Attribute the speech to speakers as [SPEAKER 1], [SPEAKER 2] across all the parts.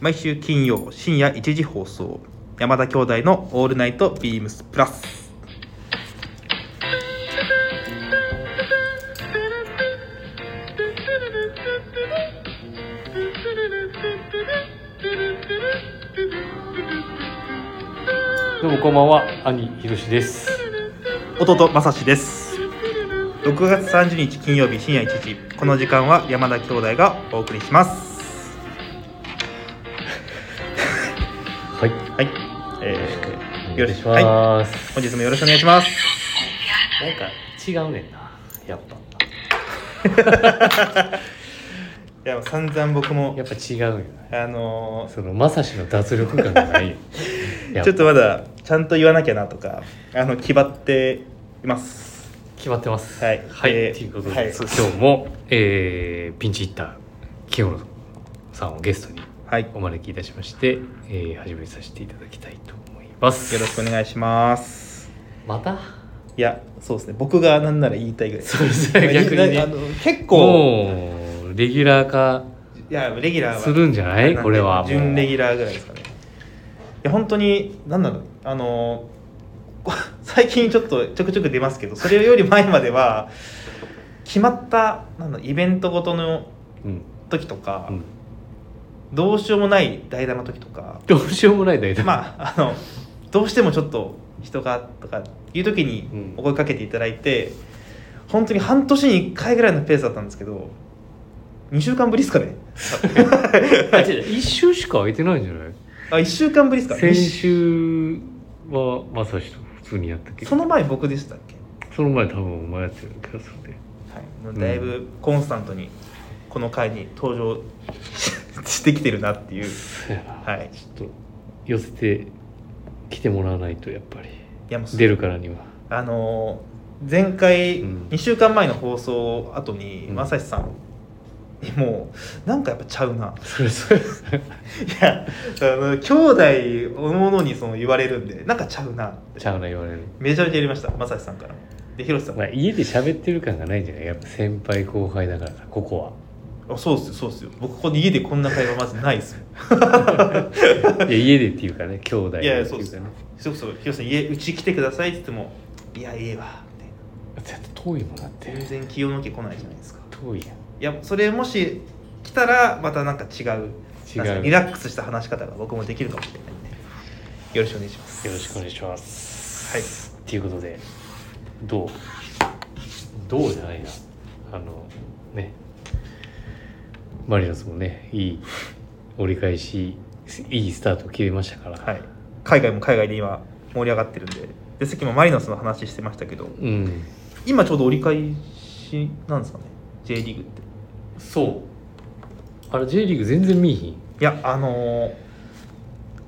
[SPEAKER 1] 毎週金曜深夜1時放送山田兄弟の「オールナイトビームスプラス」
[SPEAKER 2] どうもこんばんは兄ひろしです
[SPEAKER 1] 弟まさしです6月30日金曜日深夜1時この時間は山田兄弟がお送りします
[SPEAKER 2] はい
[SPEAKER 1] はい、えー、よろしく
[SPEAKER 2] お願いし
[SPEAKER 1] は
[SPEAKER 2] ます、
[SPEAKER 1] い、本日もよろしくお願いします
[SPEAKER 2] なんか違うねんなやっぱ
[SPEAKER 1] いや散々僕も
[SPEAKER 2] やっぱ違うよな
[SPEAKER 1] あの
[SPEAKER 2] そのまさしの脱力感が ないよ
[SPEAKER 1] ー
[SPEAKER 2] やぱ
[SPEAKER 1] ちょっとまだちゃんと言わなきゃなとかあの気張っています
[SPEAKER 2] 決まってます
[SPEAKER 1] はい
[SPEAKER 2] はい、
[SPEAKER 1] えー
[SPEAKER 2] ということで、
[SPEAKER 1] はい
[SPEAKER 2] そう今日も、えー、ピンチヒッター清野さんをゲストに
[SPEAKER 1] はいよ
[SPEAKER 2] お招きいたしまして、えー、始めさせていただきたいと思います
[SPEAKER 1] ろしくお願いします
[SPEAKER 2] また
[SPEAKER 1] いやそうですね僕がなんなら言いたいぐらい
[SPEAKER 2] そうですね逆にね
[SPEAKER 1] あの結構
[SPEAKER 2] もうレギュラー化
[SPEAKER 1] いやレギュラーは
[SPEAKER 2] するんじゃない
[SPEAKER 1] なんで
[SPEAKER 2] これはもう
[SPEAKER 1] 準レギュラーぐらいですかねいや本当に何なのあの こ最近ちょっとちょくちょく出ますけどそれより前までは決まったなんだイベントごとの
[SPEAKER 2] うん
[SPEAKER 1] 時とか、
[SPEAKER 2] うん
[SPEAKER 1] どうしようもない代打の時とか
[SPEAKER 2] どうしようもないだけ ど、
[SPEAKER 1] まああのどうしてもちょっと人がとかいう時に
[SPEAKER 2] うん
[SPEAKER 1] お声かけていただいて、本当に半年に1回ぐらいのペースだったんですけど2週間ぶりですかね
[SPEAKER 2] あ違う違う一週しか空いてないんじゃない
[SPEAKER 1] あ1週間ぶりですか
[SPEAKER 2] 先週はまさしと普通にやったけど
[SPEAKER 1] その前僕でしたっけ、
[SPEAKER 2] その前多分お前やってる気がするね
[SPEAKER 1] はい、も
[SPEAKER 2] ん
[SPEAKER 1] うだいぶコンスタントにこの回に登場して きてるなっていう
[SPEAKER 2] そうやな、
[SPEAKER 1] はい
[SPEAKER 2] ちょっと寄せて来てもらわないとやっぱり
[SPEAKER 1] いやもう
[SPEAKER 2] 出るからには
[SPEAKER 1] あのー前回
[SPEAKER 2] うん
[SPEAKER 1] 2週間前の放送後に
[SPEAKER 2] うん
[SPEAKER 1] まさしさんにもうなんかやっぱちゃう な
[SPEAKER 2] それそれ
[SPEAKER 1] いやあの兄弟おのおのにその言われるんでなんかちゃうなって
[SPEAKER 2] ちゃうな言われる、
[SPEAKER 1] めちゃめちゃやりましたまさしさんからでひろしさんも
[SPEAKER 2] まあ、家で喋ってる感がないんじゃないやっぱ先輩後輩だからさここ
[SPEAKER 1] あそうっすよそうっすよ僕ここで家でこんな会話まずないっすよ
[SPEAKER 2] はいや家でっていうかね兄弟でって
[SPEAKER 1] いやい
[SPEAKER 2] い
[SPEAKER 1] や
[SPEAKER 2] う
[SPEAKER 1] そう
[SPEAKER 2] か
[SPEAKER 1] っ
[SPEAKER 2] ね
[SPEAKER 1] すよそうそうひろしさん家うち来てくださいって言ってもいや家はみたいな
[SPEAKER 2] 絶対遠いもんだって
[SPEAKER 1] 全然気を抜け来ないじゃないですか
[SPEAKER 2] 遠いやん
[SPEAKER 1] いやそれもし来たらまたなんか違う
[SPEAKER 2] 違う
[SPEAKER 1] なんかリラックスした話し方が僕もできるかもしれないんでよろしくお願いします
[SPEAKER 2] よろしくお願いします
[SPEAKER 1] はい
[SPEAKER 2] っていうことでどうどうじゃないなあのねマリノスもねいい折り返しいいスタートを切れましたから、
[SPEAKER 1] はい、海外も海外で今盛り上がってるんででさっきもマリノスの話してましたけど
[SPEAKER 2] うん
[SPEAKER 1] 今ちょうど折り返しなんですかね J リーグって
[SPEAKER 2] そうあれ J リーグ全然見えひん
[SPEAKER 1] いやあのー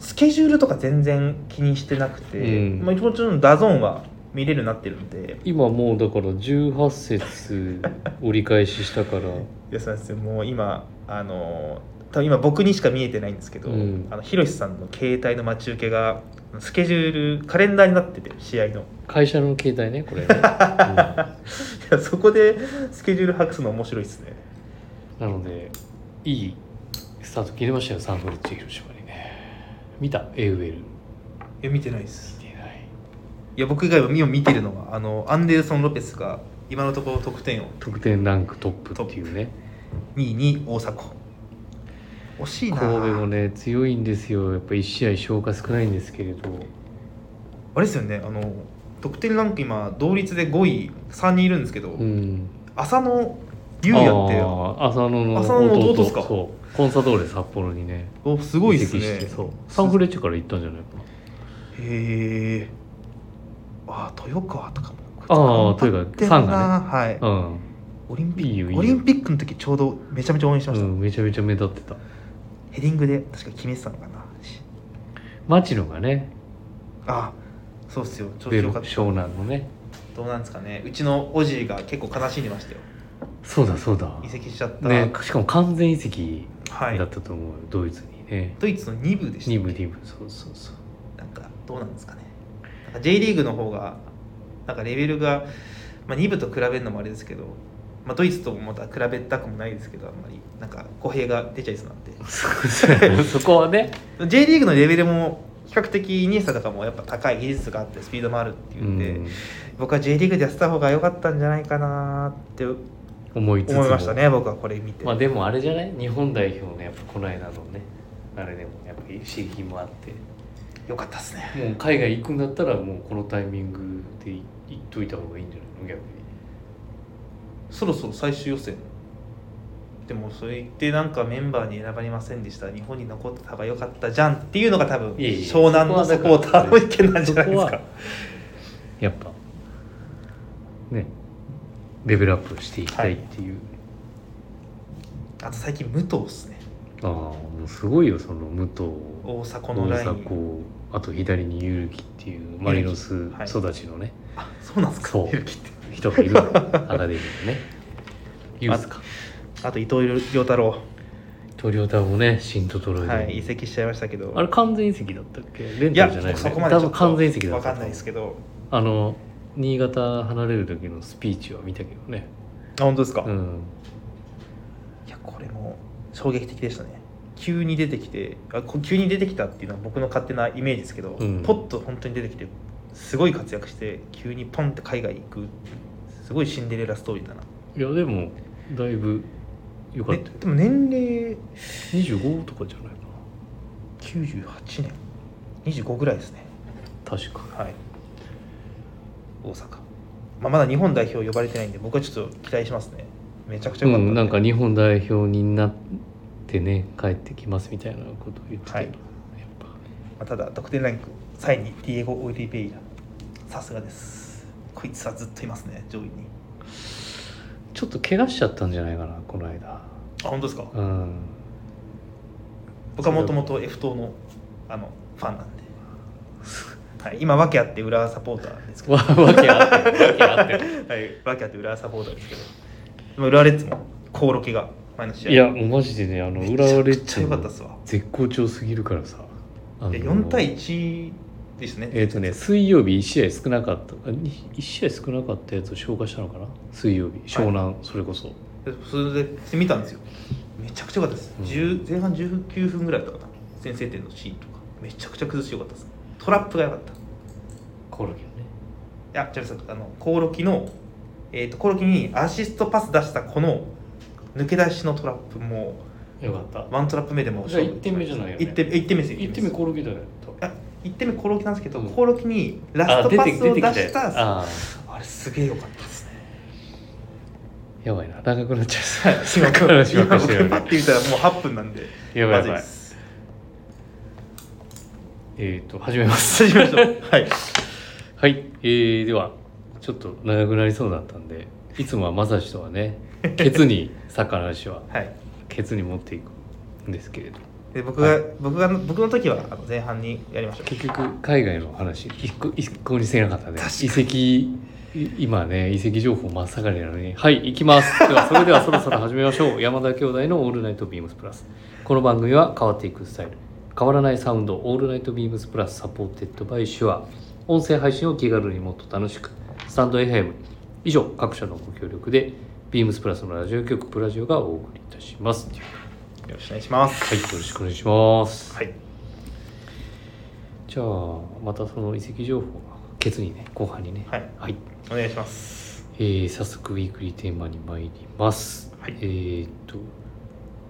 [SPEAKER 1] スケジュールとか全然気にしてなくて、
[SPEAKER 2] うん
[SPEAKER 1] まあ、もちろんダゾーンは見れるようになってるんで
[SPEAKER 2] 今もうだから18節折り返ししたから
[SPEAKER 1] いやそうなんですよもう今あの多分今僕にしか見えてないんですけど、
[SPEAKER 2] うん
[SPEAKER 1] あのひろしさんの携帯の待ち受けがスケジュールカレンダーになってて試合のい
[SPEAKER 2] 会社の携帯ね これね、うんな
[SPEAKER 1] やそこでスケジュール把握するの面白いですね
[SPEAKER 2] のでいいスタート切れましたよサンフレッチェ広島にね見た AUL
[SPEAKER 1] いや見てないです
[SPEAKER 2] 見てない
[SPEAKER 1] いや僕が今見てるのはあのアンデルソン・ロペスが今のところ得点王
[SPEAKER 2] 得点ランクトップっていうね
[SPEAKER 1] 2位に大迫惜しいな
[SPEAKER 2] 神戸もね強いんですよやっぱ1試合消化少ないんですけれど
[SPEAKER 1] あれですよねあの得点ランク今同率で5位3人いるんですけど、
[SPEAKER 2] うん
[SPEAKER 1] 浅野優也って
[SPEAKER 2] あー浅野の
[SPEAKER 1] 浅野の弟っすか
[SPEAKER 2] そうコンサドーレ札幌にね
[SPEAKER 1] おすごいです
[SPEAKER 2] 移籍
[SPEAKER 1] ね
[SPEAKER 2] してそうサンフレッチェから行ったんじゃないかな
[SPEAKER 1] へえああ豊川とかも
[SPEAKER 2] ああというか
[SPEAKER 1] さ
[SPEAKER 2] さ
[SPEAKER 1] ん
[SPEAKER 2] ん
[SPEAKER 1] が
[SPEAKER 2] が
[SPEAKER 1] ねはい
[SPEAKER 2] うん、
[SPEAKER 1] オリンピ
[SPEAKER 2] いい
[SPEAKER 1] ッ
[SPEAKER 2] よ
[SPEAKER 1] ク
[SPEAKER 2] いいよ
[SPEAKER 1] オリンピックの時ちょうどめちゃめちゃ応援しま
[SPEAKER 2] う
[SPEAKER 1] した、
[SPEAKER 2] ん、めちゃめちゃ目立ってた
[SPEAKER 1] ヘディングで確か決めてたのかなし
[SPEAKER 2] 町野がね
[SPEAKER 1] ああそうっすよ調子
[SPEAKER 2] ベ
[SPEAKER 1] よ
[SPEAKER 2] ル
[SPEAKER 1] かった
[SPEAKER 2] 湘南のね
[SPEAKER 1] どうなんですかねうちのおじいが結構悲しんでましたよ
[SPEAKER 2] そうだそうだ
[SPEAKER 1] 移籍しちゃった、
[SPEAKER 2] ねしかも完全移籍
[SPEAKER 1] は
[SPEAKER 2] だ
[SPEAKER 1] い
[SPEAKER 2] ったと思う、ドイツにね
[SPEAKER 1] ドイツの2部でした
[SPEAKER 2] 2部
[SPEAKER 1] っけ
[SPEAKER 2] 2部そうそうそう
[SPEAKER 1] なんかどうなんですかねなんか J リーグの方がなんかレベルが、まあ、2部と比べるのもあれですけどまあ、ドイツともまた比べたくもないですけどあんまりなんか語弊が出ちゃいそうなんで
[SPEAKER 2] そこはね
[SPEAKER 1] J リーグのレベルも比較的イニエスタとかもやっぱ高い技術があってスピードもあるっていうんで、
[SPEAKER 2] うん
[SPEAKER 1] 僕は J リーグでやってた方が良かったんじゃないかなって思
[SPEAKER 2] 思いつつも
[SPEAKER 1] いましたね僕はこれ見て、
[SPEAKER 2] まあでもあれじゃない日本代表のやっぱこの間のねあれでもやっぱり刺激もあって
[SPEAKER 1] 良かったですね
[SPEAKER 2] もう海外行くんだったらもうこのタイミングでい行っといた方がいいんじゃないの
[SPEAKER 1] そろそろ最終予選でもそれ言ってなんかメンバーに選ばれませんでした日本に残ってた方が良かったじゃんっていうのが多分
[SPEAKER 2] いやいや
[SPEAKER 1] 湘南のサポーターの意見なんじゃないです
[SPEAKER 2] そこ
[SPEAKER 1] か
[SPEAKER 2] は逆にやっぱねレベルアップしていきたいっていう、
[SPEAKER 1] あと最近武藤ですね
[SPEAKER 2] ああもうすごいよその武藤
[SPEAKER 1] 大迫のライ
[SPEAKER 2] 大
[SPEAKER 1] ン
[SPEAKER 2] 迫あと左にゆるきっていうマリノス育ちのね、
[SPEAKER 1] あそうなんですか
[SPEAKER 2] そう
[SPEAKER 1] 勇気って
[SPEAKER 2] 人がいるのアカ デミーのねユースか
[SPEAKER 1] あと伊藤亮太郎、
[SPEAKER 2] 鳥オタもね新トトロイドに
[SPEAKER 1] はい、移籍しちゃいましたけど
[SPEAKER 2] あれ完全移籍だったっけレン
[SPEAKER 1] い
[SPEAKER 2] タ
[SPEAKER 1] や
[SPEAKER 2] ルじゃないよ
[SPEAKER 1] 僕そ
[SPEAKER 2] ね
[SPEAKER 1] こまで
[SPEAKER 2] 多
[SPEAKER 1] ちょ
[SPEAKER 2] 分
[SPEAKER 1] っと
[SPEAKER 2] 完全移籍だっ
[SPEAKER 1] わ
[SPEAKER 2] た
[SPEAKER 1] かんないですけど
[SPEAKER 2] あの新潟離れる時のスピーチは見たけどね
[SPEAKER 1] あ本当ですか、
[SPEAKER 2] う
[SPEAKER 1] い
[SPEAKER 2] ん
[SPEAKER 1] やこれも衝撃的でしたね急に出てきてあこ急に出てきたっていうのは僕の勝手なイメージですけど、
[SPEAKER 2] うん
[SPEAKER 1] ポッと本当に出てきてすごい活躍して急にポンって海外行くすごいシンデレラストーリーだな、
[SPEAKER 2] いやでもだいぶよかっ
[SPEAKER 1] ね
[SPEAKER 2] たよ
[SPEAKER 1] でも年齢
[SPEAKER 2] 25とかじゃないかな
[SPEAKER 1] 98年25ぐらいですね
[SPEAKER 2] 確か
[SPEAKER 1] はい大阪、まあ、まだ日本代表呼ばれてないんで僕はちょっと期待しますねめちゃくちゃ
[SPEAKER 2] う
[SPEAKER 1] 良かったで、
[SPEAKER 2] んなんか日本代表になってね帰ってきますみたいなことを言ってたけど、やっぱ
[SPEAKER 1] まあ、ただ得点ランク3位にディエゴ・オイリベイラさすがですこいつはずっといますね上位に
[SPEAKER 2] ちょっと怪我しちゃったんじゃないかなこの間
[SPEAKER 1] あ本当ですか
[SPEAKER 2] うん
[SPEAKER 1] 僕はもともと F 党のあのファンなんで、はい、今訳あって裏サポーターですけど
[SPEAKER 2] わわけあってわけあって
[SPEAKER 1] はい訳あって裏サポーターですけどでも浦和レッズも興梠が前の試合
[SPEAKER 2] いやもうマジでねあの
[SPEAKER 1] め
[SPEAKER 2] 浦和レッズ
[SPEAKER 1] ちゃくちゃ良かった
[SPEAKER 2] の
[SPEAKER 1] っすわ
[SPEAKER 2] 絶好調すぎるからさあの
[SPEAKER 1] で4対1ですね
[SPEAKER 2] えっ、とね水曜日1試合少なかった1試合少なかったやつを消化したのかな水曜日湘南、それこそ
[SPEAKER 1] それで見たんですよめちゃくちゃ良かったです、
[SPEAKER 2] うん
[SPEAKER 1] 10前半19分ぐらいだったかな先制点のシーンとかめちゃくちゃ崩して良かったですトラップが良かったい
[SPEAKER 2] コロキね
[SPEAKER 1] や違いますあのコオロキのえっ、とコオロキにアシストパス出したこの抜け出しのトラップも
[SPEAKER 2] よかった
[SPEAKER 1] ワントラップ目でも
[SPEAKER 2] じゃあ1点目じゃないよね
[SPEAKER 1] 1点1点目です
[SPEAKER 2] 1点目コロキだよ
[SPEAKER 1] あ1点目コオロキなんですけど、
[SPEAKER 2] うん
[SPEAKER 1] コオロキにラストパスを出したあ
[SPEAKER 2] あ
[SPEAKER 1] れすげえ良かったですね
[SPEAKER 2] ーやばいな長くなっちゃう
[SPEAKER 1] はい、今
[SPEAKER 2] こ
[SPEAKER 1] 僕
[SPEAKER 2] の話ば
[SPEAKER 1] 今
[SPEAKER 2] っかりしてる
[SPEAKER 1] 僕パッて見たらもう8分なんで
[SPEAKER 2] やばいやばい
[SPEAKER 1] まずです
[SPEAKER 2] えっ、と始めます
[SPEAKER 1] 始めましょうはい
[SPEAKER 2] はい、えー、ではちょっと長くなりそうだったんでいつもは正志とはねケツにサッカーの話は
[SPEAKER 1] はい
[SPEAKER 2] ケツに持っていくんですけれど
[SPEAKER 1] で僕が、
[SPEAKER 2] はい
[SPEAKER 1] 僕が僕の時はあの前半にやりましょう
[SPEAKER 2] 結局海外の話一個一個にせなかったね
[SPEAKER 1] 確かに
[SPEAKER 2] 遺跡い今ね遺跡情報真っ盛りなのに「はい行きます」ではそれではそろそろ始めましょう 山田兄弟の「オールナイトビームスプラス」この番組は変わっていくスタイル変わらないサウンド「オールナイトビームスプラス」サポーテッドバイシュア音声配信を気軽にもっと楽しくスタンド FM 以上各社のご協力でビームスプラスのラジオ局プラジオがお送りいたします
[SPEAKER 1] よろしくお願いします
[SPEAKER 2] はいよろしくお願いします
[SPEAKER 1] はい
[SPEAKER 2] じゃあまたその遺跡情報はケツにね後半にね
[SPEAKER 1] はい
[SPEAKER 2] はい、
[SPEAKER 1] お願いします
[SPEAKER 2] えー早速ウィークリーテーマに参ります、
[SPEAKER 1] はい
[SPEAKER 2] えーっと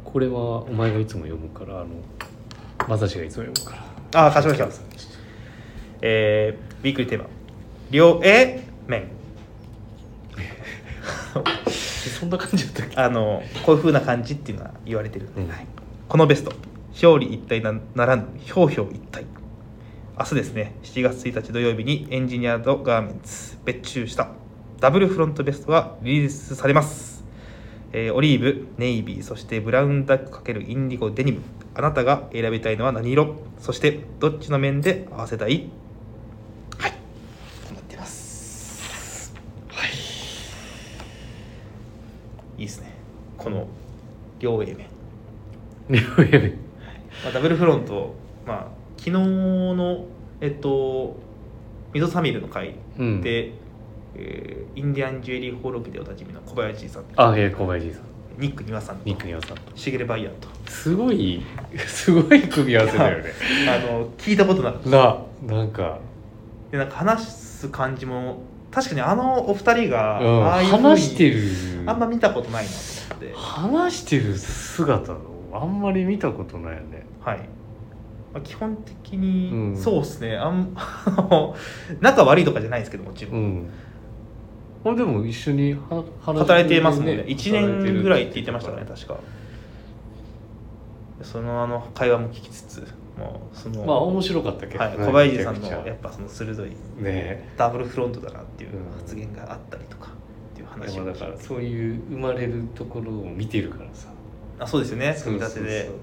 [SPEAKER 2] これはお前がいつも読むからあの正志がいつも読むから
[SPEAKER 1] ああかしこまりましたえー、ウィークリーテーマ両 A 面
[SPEAKER 2] そんな感じだったっけ
[SPEAKER 1] あのこういう風な感じっていうのは言われてるんで、
[SPEAKER 2] うん
[SPEAKER 1] はいこのベスト表裏一体なならぬ表表一体明日ですね7月1日土曜日にエンジニアードガーメンツ別注したダブルフロントベストがリリースされます、えーオリーブネイビーそしてブラウンダック×インディゴデニムあなたが選びたいのは何色そしてどっちの面で合わせたいはいとなってますはいいいですねこの両 A 面
[SPEAKER 2] いやいやいや
[SPEAKER 1] まあ、ダブルフロント、まあ、昨日の、えっと、ミドサミルの回
[SPEAKER 2] うん
[SPEAKER 1] で、えーインディアンジュエリー放浪記でおなじみの小林さん
[SPEAKER 2] あえー小林さん
[SPEAKER 1] ニック・ニワさんと
[SPEAKER 2] ニック・ニワさんと
[SPEAKER 1] シゲル・バイヤーと
[SPEAKER 2] すごい すごい組み合わせだよね
[SPEAKER 1] あの聞いたことなかった
[SPEAKER 2] ななんか、
[SPEAKER 1] でなんか話す感じも確かにあのお二人
[SPEAKER 2] う
[SPEAKER 1] が、
[SPEAKER 2] ん
[SPEAKER 1] ああいう風に
[SPEAKER 2] 話してる
[SPEAKER 1] あんま見たことないなと思って
[SPEAKER 2] 話してる姿をあんまり見たことないよね
[SPEAKER 1] はい、まあ、基本的に、
[SPEAKER 2] うん
[SPEAKER 1] そうですねあんあの仲悪いとかじゃないですけどもちろん、
[SPEAKER 2] うんあでも一緒には話
[SPEAKER 1] 働いてますもんね
[SPEAKER 2] ね
[SPEAKER 1] 1年ぐらいって言ってましたからね確かそのあの会話も聞きつつもうその、
[SPEAKER 2] まあ面白かったけど、
[SPEAKER 1] はい、小林さんの
[SPEAKER 2] めちゃくちゃ
[SPEAKER 1] やっぱその鋭い
[SPEAKER 2] ね
[SPEAKER 1] ダブルフロントだなっていう
[SPEAKER 2] うん
[SPEAKER 1] 発言があったりとかっていう話
[SPEAKER 2] で
[SPEAKER 1] を
[SPEAKER 2] も
[SPEAKER 1] 聞
[SPEAKER 2] だ
[SPEAKER 1] いて
[SPEAKER 2] からそういう生まれるところを見てるからさ
[SPEAKER 1] あそうですよね組み立てで
[SPEAKER 2] そうそう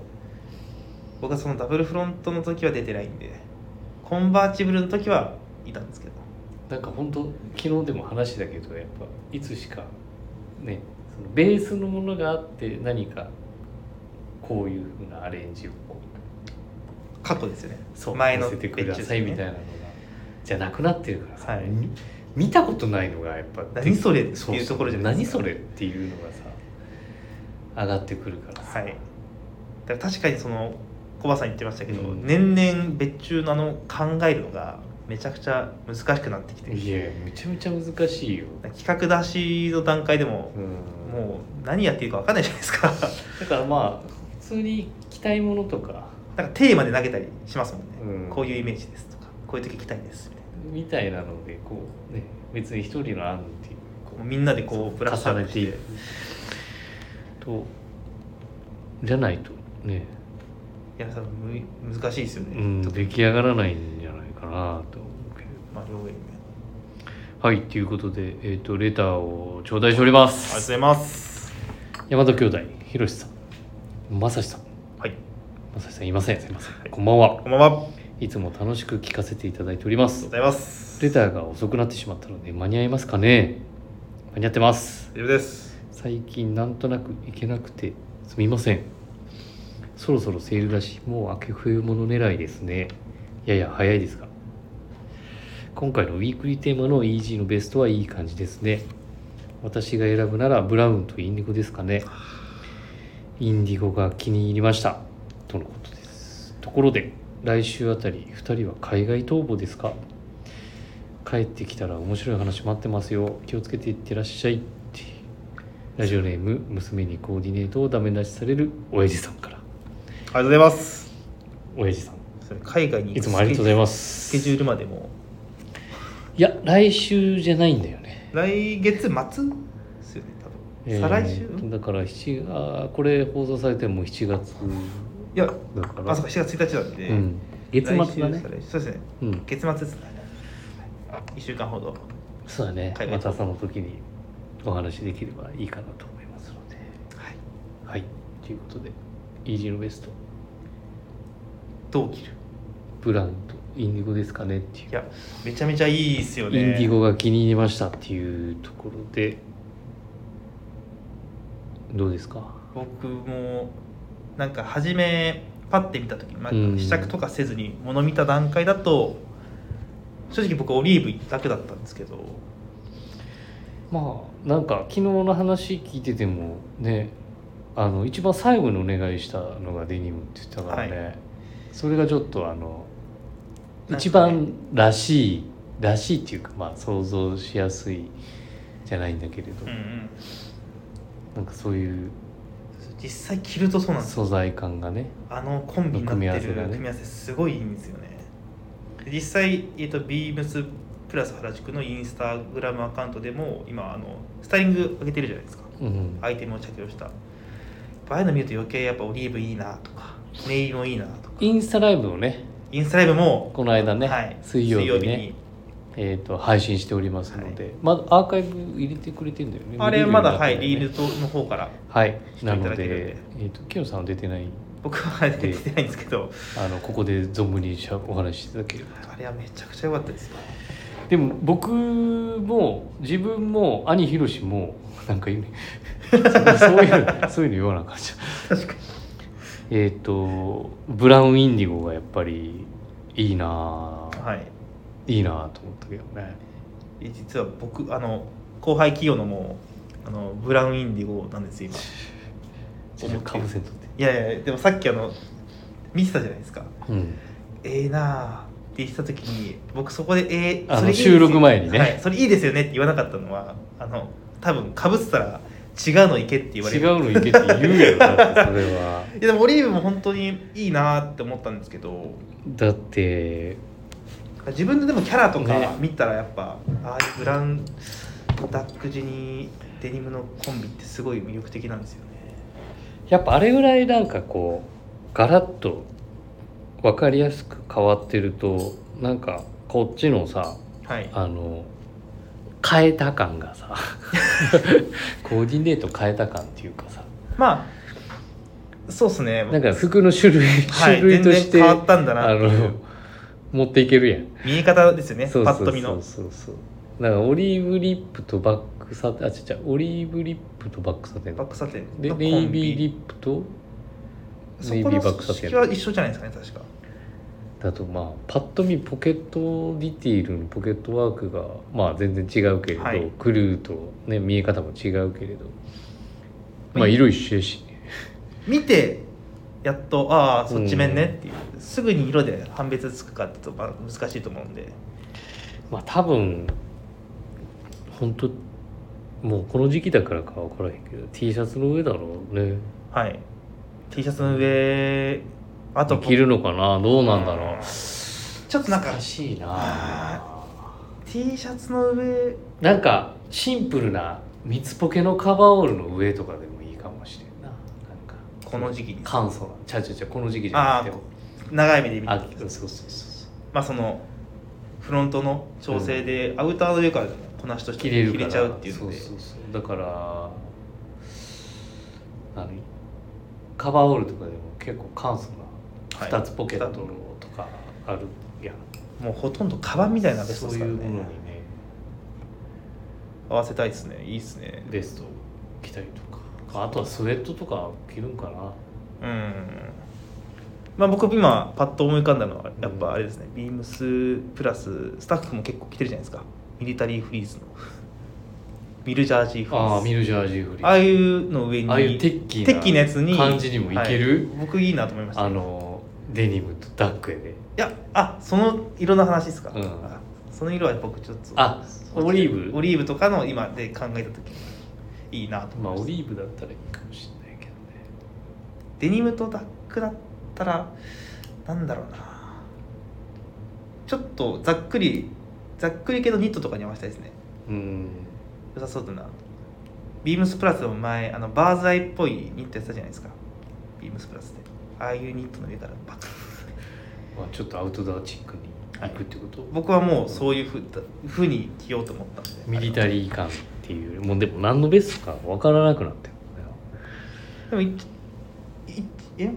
[SPEAKER 1] 僕はそのダブルフロントの時は出てないんでコンバーチブルの時はいたんですけど
[SPEAKER 2] そうなんか本当昨日でも話だけどやっぱいつしかねそのベースのものがあって何かこういうふうなアレンジをこう
[SPEAKER 1] 過去ですよね
[SPEAKER 2] そう
[SPEAKER 1] 前の
[SPEAKER 2] 見せてくださいみたいなのがじゃなくなってるからさ、
[SPEAKER 1] はい
[SPEAKER 2] み見たことないのがやっぱ
[SPEAKER 1] 何それって
[SPEAKER 2] そう
[SPEAKER 1] いうところじゃない
[SPEAKER 2] 何
[SPEAKER 1] ですか
[SPEAKER 2] それっていうのがさ上がってくるからさ、
[SPEAKER 1] はいだから確かにそのコバさん言ってましたけど、
[SPEAKER 2] うん
[SPEAKER 1] 年々別注のあの考えるのがめちゃくちゃ難しくなってきて
[SPEAKER 2] いやめちゃめちゃ難しいよ、
[SPEAKER 1] 企画出しの段階でも
[SPEAKER 2] う、ん、
[SPEAKER 1] もう何やっていいか分かんないじゃないですか
[SPEAKER 2] だからまあ普通に行きたいものとか
[SPEAKER 1] なんかテーマで投げたりしますもんね、
[SPEAKER 2] うん
[SPEAKER 1] こういうイメージですとかこういう時来たいですみたい
[SPEAKER 2] みたいなのでこうね別に一人の案っていう
[SPEAKER 1] な
[SPEAKER 2] こう
[SPEAKER 1] もうみんなでこうプラスア
[SPEAKER 2] 重
[SPEAKER 1] ッ
[SPEAKER 2] ね
[SPEAKER 1] プ
[SPEAKER 2] て
[SPEAKER 1] し
[SPEAKER 2] い
[SPEAKER 1] て
[SPEAKER 2] くとじゃないとね
[SPEAKER 1] いや多分む難しいですよね、
[SPEAKER 2] うん、
[SPEAKER 1] 特
[SPEAKER 2] 出
[SPEAKER 1] に
[SPEAKER 2] 来上がらないんじゃないかなと思うけど。
[SPEAKER 1] まあ両方にね
[SPEAKER 2] はい、ということで、えっ、と、レターを頂戴しており
[SPEAKER 1] あ
[SPEAKER 2] ま
[SPEAKER 1] りがとうご
[SPEAKER 2] す。
[SPEAKER 1] ざいます
[SPEAKER 2] 山田兄弟、ひろしさん、まさしさん、
[SPEAKER 1] はい
[SPEAKER 2] まさしさんいません、すいません、
[SPEAKER 1] はい
[SPEAKER 2] こんばんは
[SPEAKER 1] こ。んばんはありがと
[SPEAKER 2] いつも楽しく聞かせていただいておりま
[SPEAKER 1] うご
[SPEAKER 2] す。
[SPEAKER 1] ざいます
[SPEAKER 2] レターが遅くなってしまったので、間に合いますかね間に合ってます。
[SPEAKER 1] 大丈夫です
[SPEAKER 2] 最近なんとなく行けなくてすみませんそろそろセールだしもう明け冬物狙いですねやや早いですが今回のウィークリーテーマの EG のベストはいい感じですね私が選ぶならブラウンとインディゴですかねインディゴが気に入りましたとのことですところで来週あたり2人は海外逃亡ですか帰ってきたら面白い話待ってますよ気をつけていってらっしゃいってラジオネーム娘にコーディネートをダメ出しされる親父さんから
[SPEAKER 1] ありがとうございます
[SPEAKER 2] 親父さん
[SPEAKER 1] それ海外に
[SPEAKER 2] いつもありがとうござい
[SPEAKER 1] ま
[SPEAKER 2] ます
[SPEAKER 1] スケジュールまでも
[SPEAKER 2] いや来週じゃないんだよね、
[SPEAKER 1] 来月末ですよね多分、再来週
[SPEAKER 2] えー
[SPEAKER 1] うんい
[SPEAKER 2] だから7あーこれ放送されても7月
[SPEAKER 1] や
[SPEAKER 2] だから
[SPEAKER 1] まさか7月1日なんで、
[SPEAKER 2] うん、月末だ
[SPEAKER 1] 来
[SPEAKER 2] ね
[SPEAKER 1] 週再来週そうですね
[SPEAKER 2] うん
[SPEAKER 1] 月末ですね1週間ほど
[SPEAKER 2] そうだね
[SPEAKER 1] はい
[SPEAKER 2] またその時にお話できればいいかなと思いますので
[SPEAKER 1] はい
[SPEAKER 2] はいということでイージーのベスト
[SPEAKER 1] どう切る
[SPEAKER 2] ブラウンとインディゴですかねっていう
[SPEAKER 1] いやめちゃめちゃいいですよね
[SPEAKER 2] インディゴが気に入りましたっていうところでどうですか
[SPEAKER 1] 僕もなんか初めパッて見た時まあ
[SPEAKER 2] うん
[SPEAKER 1] 試着とかせずに物見た段階だと正直僕オリーブ一択だったんですけど
[SPEAKER 2] まあなんか昨日の話聞いててもねあの一番最後にお願いしたのがデニムって言ってたからね、それがちょっとあの
[SPEAKER 1] なんかね
[SPEAKER 2] 一番らしいらしいっていうかまあ想像しやすいじゃないんだけれど、
[SPEAKER 1] うんうん
[SPEAKER 2] なんかそういう
[SPEAKER 1] 実際着るとそうなんですよ
[SPEAKER 2] 素材感がね
[SPEAKER 1] あのコンビになって
[SPEAKER 2] 組み合わ
[SPEAKER 1] る
[SPEAKER 2] せ
[SPEAKER 1] 組み
[SPEAKER 2] が
[SPEAKER 1] 合わ
[SPEAKER 2] ね
[SPEAKER 1] せ,、すごいいいんですよねで実際、えー、とビームスプラス原宿のインスタグラムアカウントでも今あのスタイリング上げてるじゃないですか
[SPEAKER 2] うん
[SPEAKER 1] アイテムを着用したやっぱああいうの見ると余計やっぱオリーブいいなとかネイルもいいなとか
[SPEAKER 2] インスタライブをね
[SPEAKER 1] インスタライブも、
[SPEAKER 2] この間ね、
[SPEAKER 1] はい、
[SPEAKER 2] 水曜日ね
[SPEAKER 1] に
[SPEAKER 2] えー、と配信しておりますので、まだアーカイブ入れてくれてるんだよね
[SPEAKER 1] あれ
[SPEAKER 2] 見れるように
[SPEAKER 1] まだ
[SPEAKER 2] なった
[SPEAKER 1] は
[SPEAKER 2] よ
[SPEAKER 1] い
[SPEAKER 2] ね
[SPEAKER 1] リールとの方から
[SPEAKER 2] はい
[SPEAKER 1] してい
[SPEAKER 2] な
[SPEAKER 1] た
[SPEAKER 2] の
[SPEAKER 1] だけるんで
[SPEAKER 2] で、えー、とキヨさんは出てない
[SPEAKER 1] 僕は出てきてないんですけど
[SPEAKER 2] あのここで存分にしゃお話しいただければ
[SPEAKER 1] あれはめちゃくちゃ良かったですよ
[SPEAKER 2] でも僕も自分も兄ひろしもなんか今 そういうそういうの言わなあかった
[SPEAKER 1] 確かに
[SPEAKER 2] えっ、とブラウンインディゴがやっぱりいいなあ
[SPEAKER 1] はい
[SPEAKER 2] いいなあと思ったけどね
[SPEAKER 1] え実は僕あの後輩企業のもうあのブラウンインディゴなんですよ
[SPEAKER 2] ちょっ
[SPEAKER 1] 今
[SPEAKER 2] とかぶせんとって
[SPEAKER 1] いやいやでもさっきあの見てたじゃないですか
[SPEAKER 2] うん
[SPEAKER 1] ええなあって言ってた時に僕そこで「えー、
[SPEAKER 2] あの
[SPEAKER 1] それいいですよ
[SPEAKER 2] 収録前にね
[SPEAKER 1] はい、それいいですよね」って言わなかったのはあの多分かぶってたら違うのいけって言われ
[SPEAKER 2] 違う
[SPEAKER 1] る
[SPEAKER 2] のいけって言うやろだってそれは
[SPEAKER 1] いやでもオリーブも本当にいいなって思ったんですけど
[SPEAKER 2] だって
[SPEAKER 1] 自分ででもキャラと
[SPEAKER 2] ね
[SPEAKER 1] か見たらやっぱ、ああいうブラウンダック地にデニムのコンビってすごい魅力的なんですよね
[SPEAKER 2] やっぱあれぐらいなんかこうガラッと分かりやすく変わってるとなんかこっちのさ
[SPEAKER 1] はい
[SPEAKER 2] あの変えた感 がさコーディネート変えた感っていうかさ
[SPEAKER 1] まあそうですね
[SPEAKER 2] なんか服の種類、
[SPEAKER 1] はい
[SPEAKER 2] 種類
[SPEAKER 1] 全
[SPEAKER 2] と
[SPEAKER 1] 然
[SPEAKER 2] して
[SPEAKER 1] 変わったんだ
[SPEAKER 2] あ
[SPEAKER 1] なっていう
[SPEAKER 2] の持っていけるやん
[SPEAKER 1] 見え方ですよね
[SPEAKER 2] そう
[SPEAKER 1] パ
[SPEAKER 2] そ
[SPEAKER 1] ッ
[SPEAKER 2] う
[SPEAKER 1] と見の
[SPEAKER 2] そうそうそうだからオリーブリップとバックサテンあちっちゃいオリーブリップとバックサテン
[SPEAKER 1] バックサテン
[SPEAKER 2] で
[SPEAKER 1] のコン
[SPEAKER 2] ネ
[SPEAKER 1] ビ
[SPEAKER 2] イビーリップと
[SPEAKER 1] そ
[SPEAKER 2] ネイ
[SPEAKER 1] こ
[SPEAKER 2] ビ
[SPEAKER 1] の
[SPEAKER 2] ーバックサテ
[SPEAKER 1] 式は
[SPEAKER 2] ン
[SPEAKER 1] 一緒じゃないですかね確か
[SPEAKER 2] だとまあパッと見ポケットディティールのポケットワークがまあ全然違うけれど、
[SPEAKER 1] はい
[SPEAKER 2] クルーと、ね、見え方も違うけれど
[SPEAKER 1] ま
[SPEAKER 2] ま
[SPEAKER 1] あ
[SPEAKER 2] あ色一緒やし
[SPEAKER 1] 見てやっとああそっち面ねっていう、すぐに色で判別つくかってとまあ難しいと思うんで
[SPEAKER 2] まあ多分本当もうこの時期だからか分からへんけど T シャツの上だろうね
[SPEAKER 1] はい T シャツの上あと
[SPEAKER 2] 着るのかなどうなんだろう
[SPEAKER 1] ちょっとなんか
[SPEAKER 2] 難しいな
[SPEAKER 1] あ T シャツの上
[SPEAKER 2] なんかシンプルな三つポケのカバーオールの上とかでもいいかもしれんななんか
[SPEAKER 1] この時期に
[SPEAKER 2] 簡素なちゃうちゃうちゃうこの時期じゃなくても
[SPEAKER 1] 長い目で見て
[SPEAKER 2] あそうそうそうそう
[SPEAKER 1] まあそのフロントの調整でアウターの上からこなしとして
[SPEAKER 2] 切れる
[SPEAKER 1] 切
[SPEAKER 2] から
[SPEAKER 1] れちゃうっていうので
[SPEAKER 2] そうそうそうだからあのカバーオールとかでも結構簡素
[SPEAKER 1] はい
[SPEAKER 2] な2つポケットのとかあるやん、
[SPEAKER 1] もうほとんどカバンみたいなベスト
[SPEAKER 2] そう
[SPEAKER 1] ですか
[SPEAKER 2] いう
[SPEAKER 1] ら
[SPEAKER 2] ものに
[SPEAKER 1] ね
[SPEAKER 2] ね
[SPEAKER 1] 合わせたいですねいいですね
[SPEAKER 2] ベストを着たりとかあとはスウェットとか着るんかな
[SPEAKER 1] うんまあ僕今パッと思い浮かんだのはやっぱあれですね、ビームスプラススタッフも結構着てるじゃないですかミリタリーフリーズの ミルジャージーフリ
[SPEAKER 2] ああ
[SPEAKER 1] ー
[SPEAKER 2] ミ
[SPEAKER 1] ズ
[SPEAKER 2] ルジャージーフリー
[SPEAKER 1] ああいうの上に
[SPEAKER 2] ああいうテッキーな
[SPEAKER 1] テッキーなやつに
[SPEAKER 2] 感じにもいける
[SPEAKER 1] はい僕いいなと思いました
[SPEAKER 2] あのデニムとダックやで
[SPEAKER 1] いやあその色の話ですか、
[SPEAKER 2] うん
[SPEAKER 1] あその色は僕ちょっと
[SPEAKER 2] あオリーブ
[SPEAKER 1] オリーブとかの今で考えた時にいいなと
[SPEAKER 2] まあ
[SPEAKER 1] 思いまし
[SPEAKER 2] オ
[SPEAKER 1] た
[SPEAKER 2] リーブだったらいいかもしれないけどね
[SPEAKER 1] デニムとダックだったらなんだろうなちょっとざっくりざっくりけどニットとかに合わせたいですね
[SPEAKER 2] うん
[SPEAKER 1] 良さそうだなビームスプラスでも前あのバーズアイっぽいニットやってたじゃないですかビームスプラスでああいうニットの上からバカ
[SPEAKER 2] まあ、ちょっとアウトドアチックに行くってこと、
[SPEAKER 1] 僕はもうそういうふうふうに着ようと思ったんで
[SPEAKER 2] ミリタリー感っていうよりもうでも何のベストか分からなくなってるんだよ
[SPEAKER 1] でもいいえ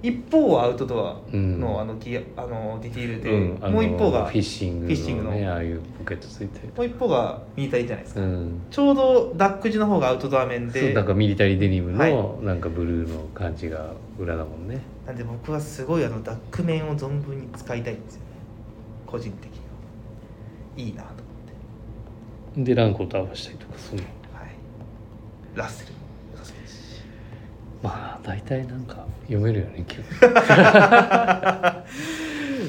[SPEAKER 1] 一方はアウトドア
[SPEAKER 2] うん
[SPEAKER 1] のあのギアあのディティールで、
[SPEAKER 2] うんあの
[SPEAKER 1] もう一方が
[SPEAKER 2] フィッシングの,、ね、
[SPEAKER 1] フィッシングの
[SPEAKER 2] ああいうポケットついてる
[SPEAKER 1] もう一方がミリタリーじゃないですか、
[SPEAKER 2] うん
[SPEAKER 1] ちょうどダックジの方がアウトドア面
[SPEAKER 2] そう
[SPEAKER 1] で
[SPEAKER 2] なんかミリタリーデニム
[SPEAKER 1] は
[SPEAKER 2] のなんかブルーの感じが裏だもんね、
[SPEAKER 1] なんで僕はすごいあのダック面を存分に使いたいんですよね個人的にはいいなと思っ
[SPEAKER 2] でランコと合わせたりとかその
[SPEAKER 1] て、はい、ラッセルも良さそうですし
[SPEAKER 2] まあ大体なんか読めるよね今日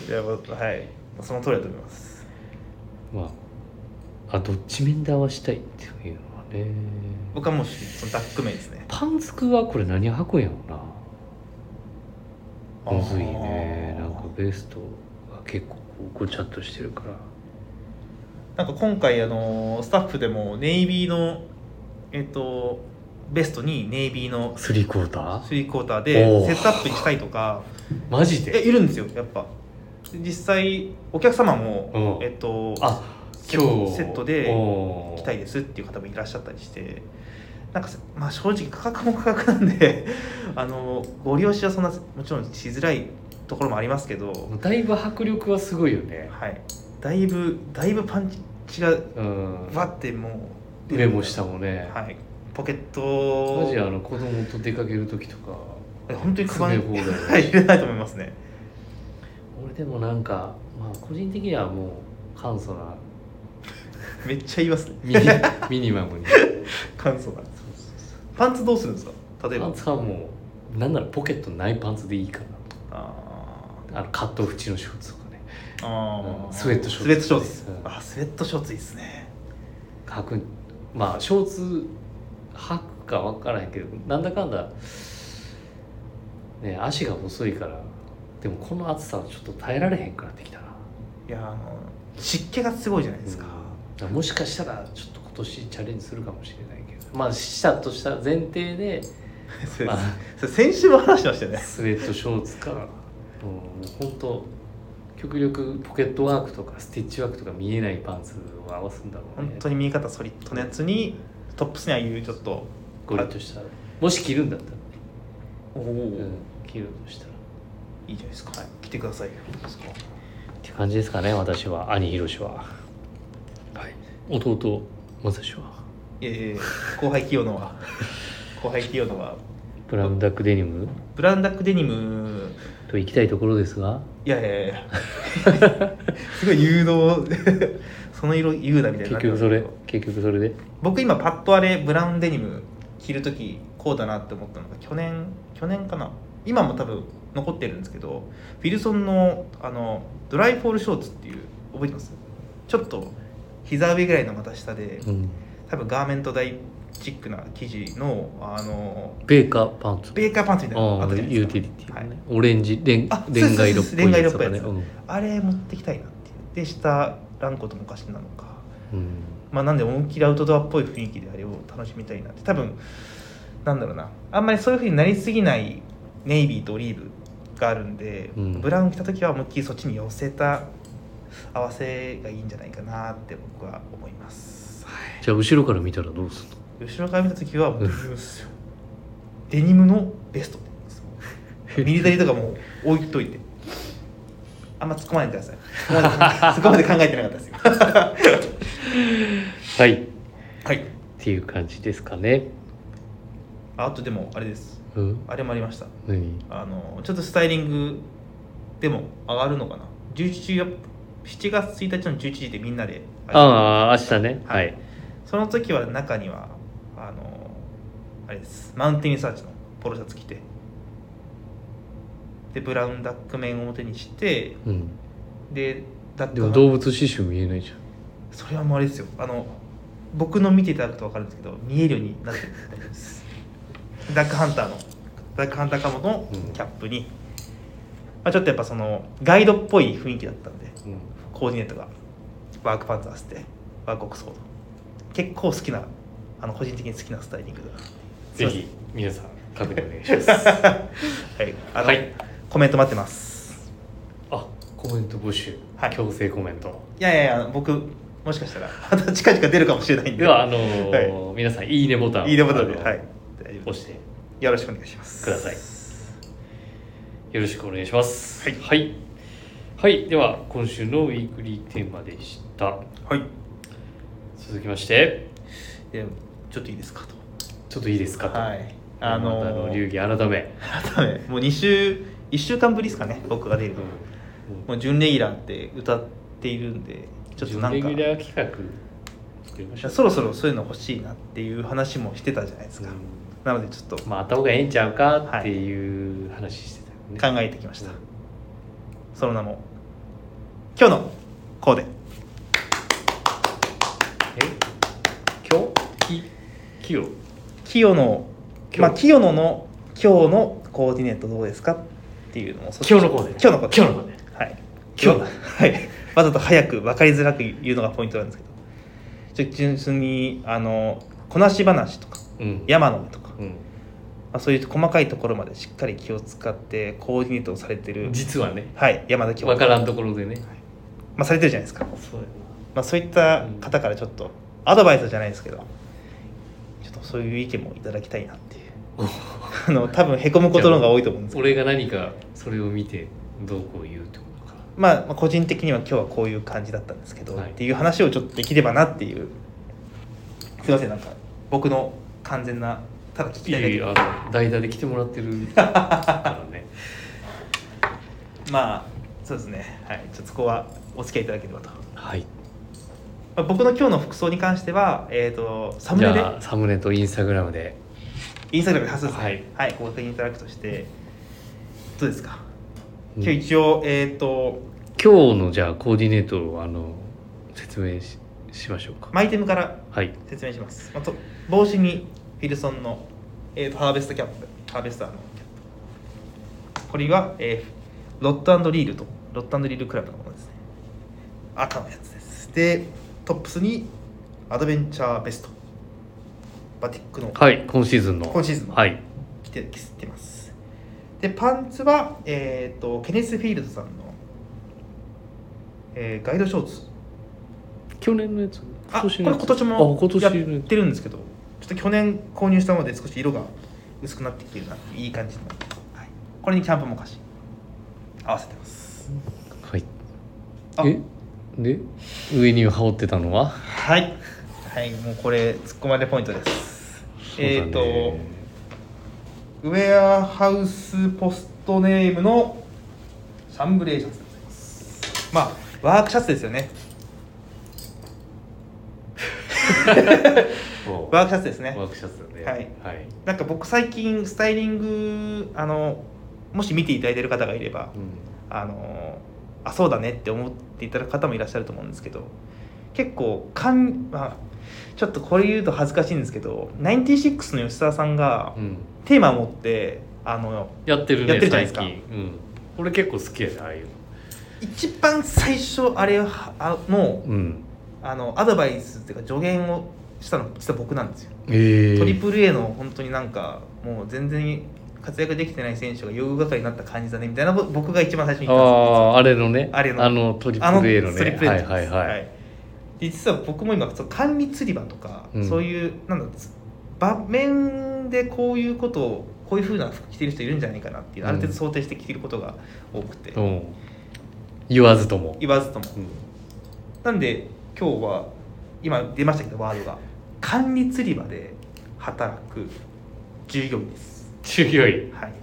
[SPEAKER 1] いやもうはいその通りだと思います
[SPEAKER 2] まああどっち面で合わせたいっていうのはね
[SPEAKER 1] 僕はもうそのダック面ですね
[SPEAKER 2] パンツクはこれ何履くんやろなむずいね
[SPEAKER 1] あー
[SPEAKER 2] なんかベストが結構こうごちゃっとしてるから
[SPEAKER 1] なんか今回あのスタッフでもネイビーのえっとベストにネイビーの
[SPEAKER 2] スリークォーター
[SPEAKER 1] スリークォーター
[SPEAKER 2] お
[SPEAKER 1] で
[SPEAKER 2] ー
[SPEAKER 1] セットアップにしたいとか
[SPEAKER 2] マジ
[SPEAKER 1] え
[SPEAKER 2] で
[SPEAKER 1] いるんですよやっぱ実際お客様も
[SPEAKER 2] うん
[SPEAKER 1] えっと
[SPEAKER 2] あ
[SPEAKER 1] セ
[SPEAKER 2] 今日
[SPEAKER 1] セットで
[SPEAKER 2] おー
[SPEAKER 1] 着たいですっていう方もいらっしゃったりしてなんかせまあ正直価格も価格なんであのご利用しはそんなもちろんしづらいところもありますけど
[SPEAKER 2] だいぶ迫力はすごいよね
[SPEAKER 1] はいだいぶだいぶパンチが
[SPEAKER 2] うん
[SPEAKER 1] わってもう
[SPEAKER 2] 上も下もね、
[SPEAKER 1] はい、ポケッ
[SPEAKER 2] マジあ
[SPEAKER 1] ト
[SPEAKER 2] の子供と出かける時とか
[SPEAKER 1] え本当にカバン
[SPEAKER 2] 詰め放題
[SPEAKER 1] はい入れないと思いますね
[SPEAKER 2] 俺でもなんかまあ個人的にはもう簡素な
[SPEAKER 1] めっちゃ言いますね
[SPEAKER 2] ミニミニマムに
[SPEAKER 1] 感想がパンツどうするんですか例え
[SPEAKER 2] パ
[SPEAKER 1] ば
[SPEAKER 2] ンツはもうなんならポケットないパンツでいいか
[SPEAKER 1] あ
[SPEAKER 2] なあのカット縁のショーツとかね
[SPEAKER 1] ーあー
[SPEAKER 2] スウェットショーツ
[SPEAKER 1] スウェットショーツ
[SPEAKER 2] うん
[SPEAKER 1] あスウェットショーツいいですね
[SPEAKER 2] 履くまあショーツ履くか分からへんけどなんだかんだね足が細いからでもこの暑さはちょっと耐えられへんからできたない
[SPEAKER 1] やあの湿気がすごいじゃないですか、
[SPEAKER 2] うんもしかしたらちょっと今年チャレンジするかもしれないけどまあしたとした前提で、
[SPEAKER 1] そう
[SPEAKER 2] ま
[SPEAKER 1] で
[SPEAKER 2] あ
[SPEAKER 1] すそれ先週も話してましたよね
[SPEAKER 2] スウェットショーツか、うん、もう本当極力ポケットワークとかスティッチワークとか見えないパンツを合わすんだろうね
[SPEAKER 1] 本当に見え方ソリッドのやつにトップスにああいうちょっと
[SPEAKER 2] ゴリッとしたもし着るんだったらね、
[SPEAKER 1] おお、
[SPEAKER 2] うん着るとしたらっ
[SPEAKER 1] いいじゃないですか、来てくださいよ
[SPEAKER 2] て感じですかね私は兄ひろしははい弟まさしはい
[SPEAKER 1] やいやいや後輩清野 は後輩清野は
[SPEAKER 2] ブラウンダックデニム
[SPEAKER 1] ブランダックデニム
[SPEAKER 2] と行きたいところですが
[SPEAKER 1] いやいやいや すごい誘導 その色言うなみたいに
[SPEAKER 2] 結
[SPEAKER 1] なってま
[SPEAKER 2] 局
[SPEAKER 1] すけ
[SPEAKER 2] そ
[SPEAKER 1] ど
[SPEAKER 2] れ結局それで
[SPEAKER 1] 僕今パッとあれブラウンデニム着る時こうだなって思ったのが去年去年かな今も多分残ってるんですけどウィルソンのあのドライフォールショーツっていう覚えてますちょっと膝上ぐらいの股下で
[SPEAKER 2] うん
[SPEAKER 1] 多分ガーメントダイチックな生地のあの
[SPEAKER 2] ベーカーパンツ
[SPEAKER 1] ベーカーパンツみたいなのあ
[SPEAKER 2] あ
[SPEAKER 1] っ
[SPEAKER 2] あ
[SPEAKER 1] たじゃない
[SPEAKER 2] ユ
[SPEAKER 1] で
[SPEAKER 2] ー
[SPEAKER 1] すか
[SPEAKER 2] ティリティのね、
[SPEAKER 1] はい
[SPEAKER 2] オレンジレン
[SPEAKER 1] あ
[SPEAKER 2] レンガ色っぽいやつと
[SPEAKER 1] そううそうそう
[SPEAKER 2] かね
[SPEAKER 1] レンガ色っぽい
[SPEAKER 2] ん
[SPEAKER 1] あれ持ってきたいなっていうで下ランコともかしなのか
[SPEAKER 2] うん
[SPEAKER 1] まあ、なんで思いっきりアウトドアっぽい雰囲気であれを楽しみたいなって多分なんだろうなあんまりそういう風になりすぎないネイビーとオリーブがあるんで、
[SPEAKER 2] うん
[SPEAKER 1] ブラウン着た時は思いっきりそっちに寄せた合わせがいいんじゃないかなって僕は思います、はい
[SPEAKER 2] じゃあ後ろから見たらどうする
[SPEAKER 1] 後ろから見た時はもうデニムっすよデニムのベストですミリタリーとかもう置いといてあんま突っ込まないでくださいそこまで考えてなかったですよ
[SPEAKER 2] はいっ
[SPEAKER 1] はい
[SPEAKER 2] ていう感じですかね
[SPEAKER 1] ああとでもあれです
[SPEAKER 2] うん
[SPEAKER 1] あれもありました
[SPEAKER 2] 何
[SPEAKER 1] あのちょっとスタイリングでも上がるのかな11 7月1日の11時でみんなで
[SPEAKER 2] ああ明日ねは
[SPEAKER 1] はい
[SPEAKER 2] い
[SPEAKER 1] その時は中にはあのあれですマウンテンリサーチのポロシャツ着てでブラウンダック面を表にして
[SPEAKER 2] うん
[SPEAKER 1] でだって
[SPEAKER 2] でも動物刺繍見えないじゃん
[SPEAKER 1] それはもうあれですよあの僕の見ていただくと分かるんですけど見えるようになってるんで大丈夫ですダックハンターのダックハンターカモのキャップに、まあ、ちょっとやっぱそのガイドっぽい雰囲気だったんでコーディネートがワークパンツ合わせてワークオックスフォード結構好きなあの個人的に好きなスタイリングだな
[SPEAKER 2] ぜひ皆さん確認お願いします
[SPEAKER 1] はいあの、
[SPEAKER 2] はい
[SPEAKER 1] コメント待ってます
[SPEAKER 2] あコメント募集、
[SPEAKER 1] はい
[SPEAKER 2] 強制コメント
[SPEAKER 1] いやいやいやあの僕もしかしたらまた近々出るかもしれないんで
[SPEAKER 2] ではあのー皆さんいいねボタンを
[SPEAKER 1] いいねボタンで
[SPEAKER 2] あの
[SPEAKER 1] はい大丈夫
[SPEAKER 2] 押して
[SPEAKER 1] よろしくお願いします
[SPEAKER 2] くださいよろしくお願いします。
[SPEAKER 1] はい
[SPEAKER 2] はい。はいでは、今週のウィークリーテーマでした。
[SPEAKER 1] はい
[SPEAKER 2] 続きまして、
[SPEAKER 1] いやちょっといいですかと
[SPEAKER 2] ちょっといいですかと。
[SPEAKER 1] はいあ
[SPEAKER 2] あ
[SPEAKER 1] の
[SPEAKER 2] の流儀改め、
[SPEAKER 1] 改めもう2週1週間ぶりですかね僕が出るの、もう準レギュラーって歌っているんでちょっとなん
[SPEAKER 2] 準
[SPEAKER 1] か
[SPEAKER 2] レギュラー企画作りましょう。
[SPEAKER 1] そろそろそういうの欲しいなっていう話もしてたじゃないですか、
[SPEAKER 2] うん
[SPEAKER 1] なのでちょっと考
[SPEAKER 2] まあ、あった方がええんちゃうかっていう話してたよね。
[SPEAKER 1] えてきました、その名も「今日のコーデ
[SPEAKER 2] え今日ききよ。」
[SPEAKER 1] 清野
[SPEAKER 2] 今日
[SPEAKER 1] まあ清野の今日のコーディネートどうですかっていうのを
[SPEAKER 2] 今日のコーデ
[SPEAKER 1] 今日のコーデ
[SPEAKER 2] 今日のコーデ
[SPEAKER 1] はい
[SPEAKER 2] 今日の
[SPEAKER 1] はいわざと早く分かりづらく言うのがポイントなんですけどちょ純粋にあのこなし話とか
[SPEAKER 2] うん。
[SPEAKER 1] 山の上とか、ま
[SPEAKER 2] うん
[SPEAKER 1] あ、そういう細かいところまでしっかり気を使ってコーディネートをされてる
[SPEAKER 2] 実はね、
[SPEAKER 1] はい山田教
[SPEAKER 2] わ
[SPEAKER 1] 授
[SPEAKER 2] からんところでね。
[SPEAKER 1] まあ、されてるじゃないですか、
[SPEAKER 2] そうや
[SPEAKER 1] まあ、そういった方からちょっとアドバイスじゃないですけどちょっとそういう意見もいただきたいなっていうあの多分へこむことの方が多いと思うんですけど
[SPEAKER 2] 俺が何かそれを見てどうこう言うってことか
[SPEAKER 1] まあ、まあ個人的には今日はこういう感じだったんですけど、
[SPEAKER 2] はい
[SPEAKER 1] っていう話をちょっとできればなっていうすいませんなんか僕の完全なただ聞きたいだ
[SPEAKER 2] い
[SPEAKER 1] け
[SPEAKER 2] いあの代打で来てもらってる からね
[SPEAKER 1] まあそうですねはいちょっとそこはお付き合いいただければと
[SPEAKER 2] はい
[SPEAKER 1] まあ僕の今日の服装に関しては、えー、とサム
[SPEAKER 2] じ
[SPEAKER 1] ネで
[SPEAKER 2] ゃあサムネとインスタグラムで
[SPEAKER 1] インスタグラムで多数ですね
[SPEAKER 2] はい
[SPEAKER 1] はい、ご確認いただくとしてどうですか
[SPEAKER 2] うん
[SPEAKER 1] 今日一応、えっ、と
[SPEAKER 2] 今日のじゃあコーディネートをあの説明ししましょうか、
[SPEAKER 1] マイテムから
[SPEAKER 2] はい
[SPEAKER 1] 説明します、まあ、と帽子にフィルソンの、えー、とハーベストキャップハーベスターのキャップこれは、えーロットリールとロットリールクラブのものですね赤のやつですでトップスにアドベンチャーベストバティックの
[SPEAKER 2] はい今シーズンの
[SPEAKER 1] 今シーズンの
[SPEAKER 2] はい
[SPEAKER 1] 着て着てますでパンツは、えー、とケネスフィールドさんの、えーガイドショーツ
[SPEAKER 2] 去年のやつ
[SPEAKER 1] あ
[SPEAKER 2] 今
[SPEAKER 1] これ
[SPEAKER 2] 年のやつ
[SPEAKER 1] 今年
[SPEAKER 2] あ
[SPEAKER 1] も
[SPEAKER 2] 今年
[SPEAKER 1] やっ
[SPEAKER 2] のやつ
[SPEAKER 1] てるんですけどちょっと去年購入したもので少し色が薄くなってきてるなっていい感じの、はい、これにキャンプもかし合わせてます
[SPEAKER 2] はい
[SPEAKER 1] あ
[SPEAKER 2] えで上に羽織ってたのは
[SPEAKER 1] はいはいもうこれ突っ込まれポイントですえっ、
[SPEAKER 2] そうだね
[SPEAKER 1] とウェアハウスポストネームのシャンブレーシャツでございますまあワークシャツですよね
[SPEAKER 2] そう
[SPEAKER 1] ワークシャツですね
[SPEAKER 2] ワークシャツだね
[SPEAKER 1] はい
[SPEAKER 2] はい
[SPEAKER 1] なんか僕最近スタイリングあのもし見ていただいてる方がいれば
[SPEAKER 2] う
[SPEAKER 1] あのあそうだねって思っていただく方もいらっしゃると思うんですけど結構かん、まあ、ちょっとこれ言うと恥ずかしいんですけど96の吉沢さんが
[SPEAKER 2] んうん
[SPEAKER 1] テーマを持ってあの
[SPEAKER 2] やってるね
[SPEAKER 1] やってるじゃないですか
[SPEAKER 2] 最近うん俺結構好きやでああいうの
[SPEAKER 1] 一番最初あれをはあの
[SPEAKER 2] うん
[SPEAKER 1] あのアドバイスっていうか助言をしたの実は僕なんですよ。
[SPEAKER 2] ええ
[SPEAKER 1] トリプル A の本当になんかもう全然活躍できてない選手が用具係になった感じだねみたいなぼ僕が一番最初に言ったんですよ実は
[SPEAKER 2] ああーあれのね
[SPEAKER 1] あれの
[SPEAKER 2] トリプ
[SPEAKER 1] あの
[SPEAKER 2] ル A のね
[SPEAKER 1] スリップレー
[SPEAKER 2] は
[SPEAKER 1] ト
[SPEAKER 2] い
[SPEAKER 1] です
[SPEAKER 2] はいはい、
[SPEAKER 1] で実は僕も今そう管理釣り場とか、
[SPEAKER 2] うん
[SPEAKER 1] そういうなんだろうつ場面でこういうことをこういうふうな服着てる人いるんじゃないかなっていう、
[SPEAKER 2] うん
[SPEAKER 1] ある程度想定して着てることが多くて、
[SPEAKER 2] うん言わずとも、
[SPEAKER 1] 言わずとも
[SPEAKER 2] うん
[SPEAKER 1] なんで今日は今出ましたけどワードが管理釣り場で働く従業員です
[SPEAKER 2] 従業員
[SPEAKER 1] はい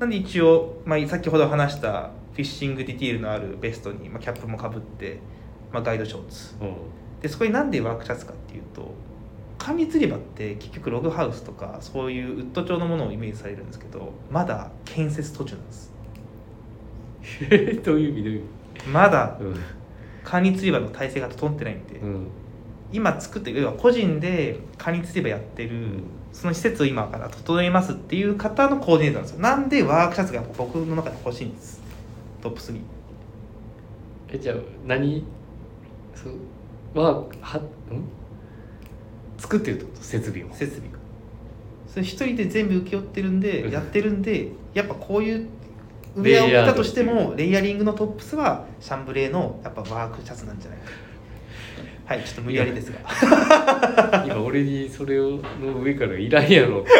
[SPEAKER 1] なんで一応、まあ、先ほど話したフィッシングディティールのあるベストに、まあ、キャップもかぶって、まあ、ガイドショーツ
[SPEAKER 2] うん
[SPEAKER 1] でそこになんでワークシャツかっていうと管理釣り場って結局ログハウスとかそういうウッド調のものをイメージされるんですけどまだ建設途中なんです
[SPEAKER 2] どういう意味どういう意味
[SPEAKER 1] まだ
[SPEAKER 2] うん
[SPEAKER 1] 管理釣り場の体制が整ってないんで、
[SPEAKER 2] うん
[SPEAKER 1] 今作って要は個人で管理釣り場やってる、
[SPEAKER 2] ん
[SPEAKER 1] その施設を今から整えますっていう方のコーディネートなんですよなんでワークシャツが僕の中で欲しいんですトップ3
[SPEAKER 2] えじゃあ何そうははん作ってるってこと設備を
[SPEAKER 1] 設備がそれ一人で全部請け負ってるんでやってるんでやっぱこういうウェアを着たとしてもレイヤリングのトップスはシャンブレーのやっぱワークシャツなんじゃないかはいちょっと無理やりですが
[SPEAKER 2] 今俺にそれをの上からいらんやろ って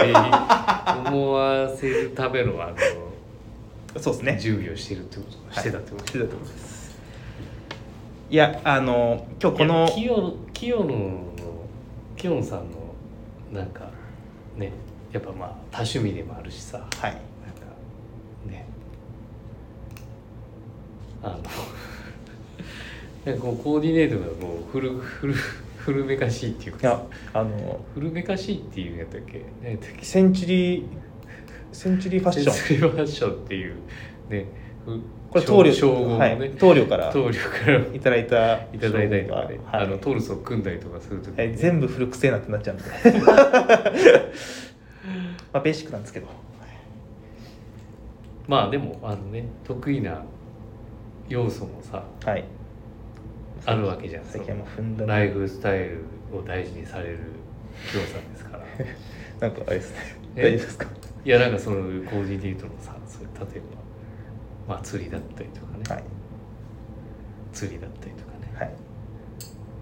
[SPEAKER 2] 思わせるためのあの
[SPEAKER 1] そうですね
[SPEAKER 2] 準備をしてるってことしてたってこと、
[SPEAKER 1] してたってことですいやあの今日この
[SPEAKER 2] いや清野清野の清野さんのなんかねやっぱまあ多趣味でもあるしさなんか
[SPEAKER 1] はい
[SPEAKER 2] ねあの なんかこうコーディネートがこう古古古めかしいっていう
[SPEAKER 1] い
[SPEAKER 2] か
[SPEAKER 1] やあの
[SPEAKER 2] 古めかしいっていうやったっけ何やったっけ
[SPEAKER 1] センチュリーセンチュリーファッション
[SPEAKER 2] センスファッションっていうねふ
[SPEAKER 1] これ棟梁
[SPEAKER 2] 称号も
[SPEAKER 1] は
[SPEAKER 2] ね、
[SPEAKER 1] い、棟梁から
[SPEAKER 2] 棟梁から
[SPEAKER 1] いただいた
[SPEAKER 2] いただいたりとかね、
[SPEAKER 1] はい
[SPEAKER 2] あのトールスを組んだりとかするとき、
[SPEAKER 1] え
[SPEAKER 2] ね、
[SPEAKER 1] 全部古くせえなってなっち ゃうんでまあベーシックなんですけど
[SPEAKER 2] まあでもあのね得意な要素もさ
[SPEAKER 1] はい
[SPEAKER 2] あるわけじゃん
[SPEAKER 1] 最近はもうふんだんに
[SPEAKER 2] ライフスタイルを大事にされる企業さんですからい
[SPEAKER 1] なんかあれですね
[SPEAKER 2] え
[SPEAKER 1] 大丈夫ですか
[SPEAKER 2] やなんかそのコーディネートのさそう例えば、まあ、釣りだったりとかね、
[SPEAKER 1] はい
[SPEAKER 2] 釣りだったりとかね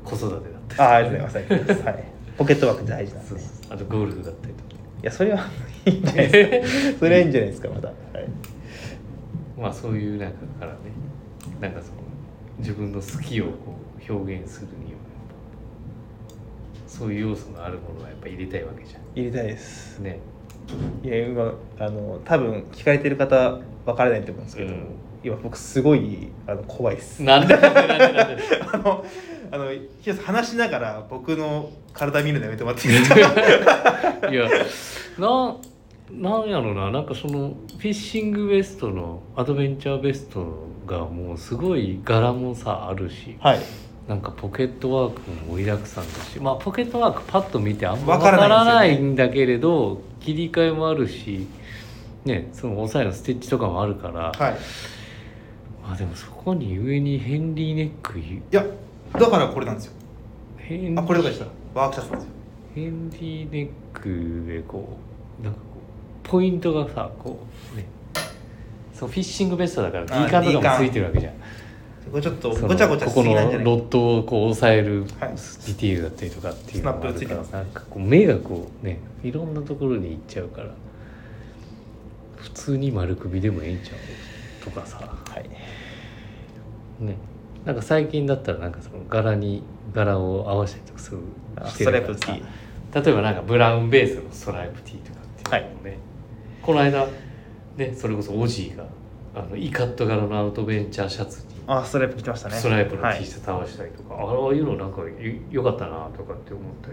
[SPEAKER 1] はい
[SPEAKER 2] 子育てだったり
[SPEAKER 1] あ
[SPEAKER 2] とか、
[SPEAKER 1] あありがとうございますありがとうございますはいポケットワーク大事なんで
[SPEAKER 2] そう
[SPEAKER 1] ね
[SPEAKER 2] そうそうあとゴルフだったりとか
[SPEAKER 1] いやそれはいいんじゃないですかそれはいいんじゃないですかまだ、はい、
[SPEAKER 2] まあそういう中からねなんかその自分の好きをこう表現するにはやっぱそういう要素のあるものはやっぱ入れたいわけじゃ
[SPEAKER 1] 入れたいです
[SPEAKER 2] んね
[SPEAKER 1] いや今あの多分聞かれてる方分からないと思うんですけど、
[SPEAKER 2] うん
[SPEAKER 1] 今僕すごいあの怖いです
[SPEAKER 2] なんでなんでなんでなんで
[SPEAKER 1] あの あのヒロさん話しながら僕の体見るのやめてもらっていいですか
[SPEAKER 2] いやななんやろななんかそのフィッシングベストのアドベンチャーベストがもうすごい柄もさあるし
[SPEAKER 1] はい
[SPEAKER 2] なんかポケットワークも盛りだくさんだしまあポケットワークパッと見てあんま
[SPEAKER 1] わ
[SPEAKER 2] 分
[SPEAKER 1] か
[SPEAKER 2] から
[SPEAKER 1] ないで
[SPEAKER 2] らな
[SPEAKER 1] す
[SPEAKER 2] い
[SPEAKER 1] よね
[SPEAKER 2] んだけれど切り替えもあるしねその抑えのステッチとかもあるから、
[SPEAKER 1] はい
[SPEAKER 2] まあでもそこに上にヘンリーネックい
[SPEAKER 1] いやだからこれなんですよ
[SPEAKER 2] ヘンリー
[SPEAKER 1] あこれとかでしたワークシャツなんですよ
[SPEAKER 2] ヘンリーネックでこうなんかこうポイントがさこうねそうフィッシングベストだから D
[SPEAKER 1] あー
[SPEAKER 2] カンと
[SPEAKER 1] D
[SPEAKER 2] か
[SPEAKER 1] カ
[SPEAKER 2] も
[SPEAKER 1] ン
[SPEAKER 2] ついてるわけじゃん
[SPEAKER 1] これちょっと
[SPEAKER 2] その
[SPEAKER 1] ごちゃごちゃしすぎなんじゃない
[SPEAKER 2] ここのロットをこう押さえるデ
[SPEAKER 1] はい
[SPEAKER 2] ィティールだったりとかっていうのもあ
[SPEAKER 1] スナッ
[SPEAKER 2] る
[SPEAKER 1] プつい
[SPEAKER 2] か
[SPEAKER 1] て
[SPEAKER 2] ら
[SPEAKER 1] ます
[SPEAKER 2] なんかこう目がこうねいろんなところに行っちゃうから普通に丸首でもええんちゃうとかさ
[SPEAKER 1] はい
[SPEAKER 2] ねなんか最近だったらなんかその柄に柄を合わせたりとかする
[SPEAKER 1] あ
[SPEAKER 2] し
[SPEAKER 1] ス
[SPEAKER 2] て
[SPEAKER 1] トラ
[SPEAKER 2] る
[SPEAKER 1] イ
[SPEAKER 2] から
[SPEAKER 1] プ
[SPEAKER 2] さ
[SPEAKER 1] T
[SPEAKER 2] 例えばなんかブラウンベースのストライプティーとかっていうのもね、この間ねそれこそオジーがあのイカット柄のアウトベンチャーシャツに
[SPEAKER 1] あストライプ着てましたね
[SPEAKER 2] ストライプの
[SPEAKER 1] は
[SPEAKER 2] T
[SPEAKER 1] い
[SPEAKER 2] シャツ合わせたりとか、ああいうのなんかよかったなとかって思った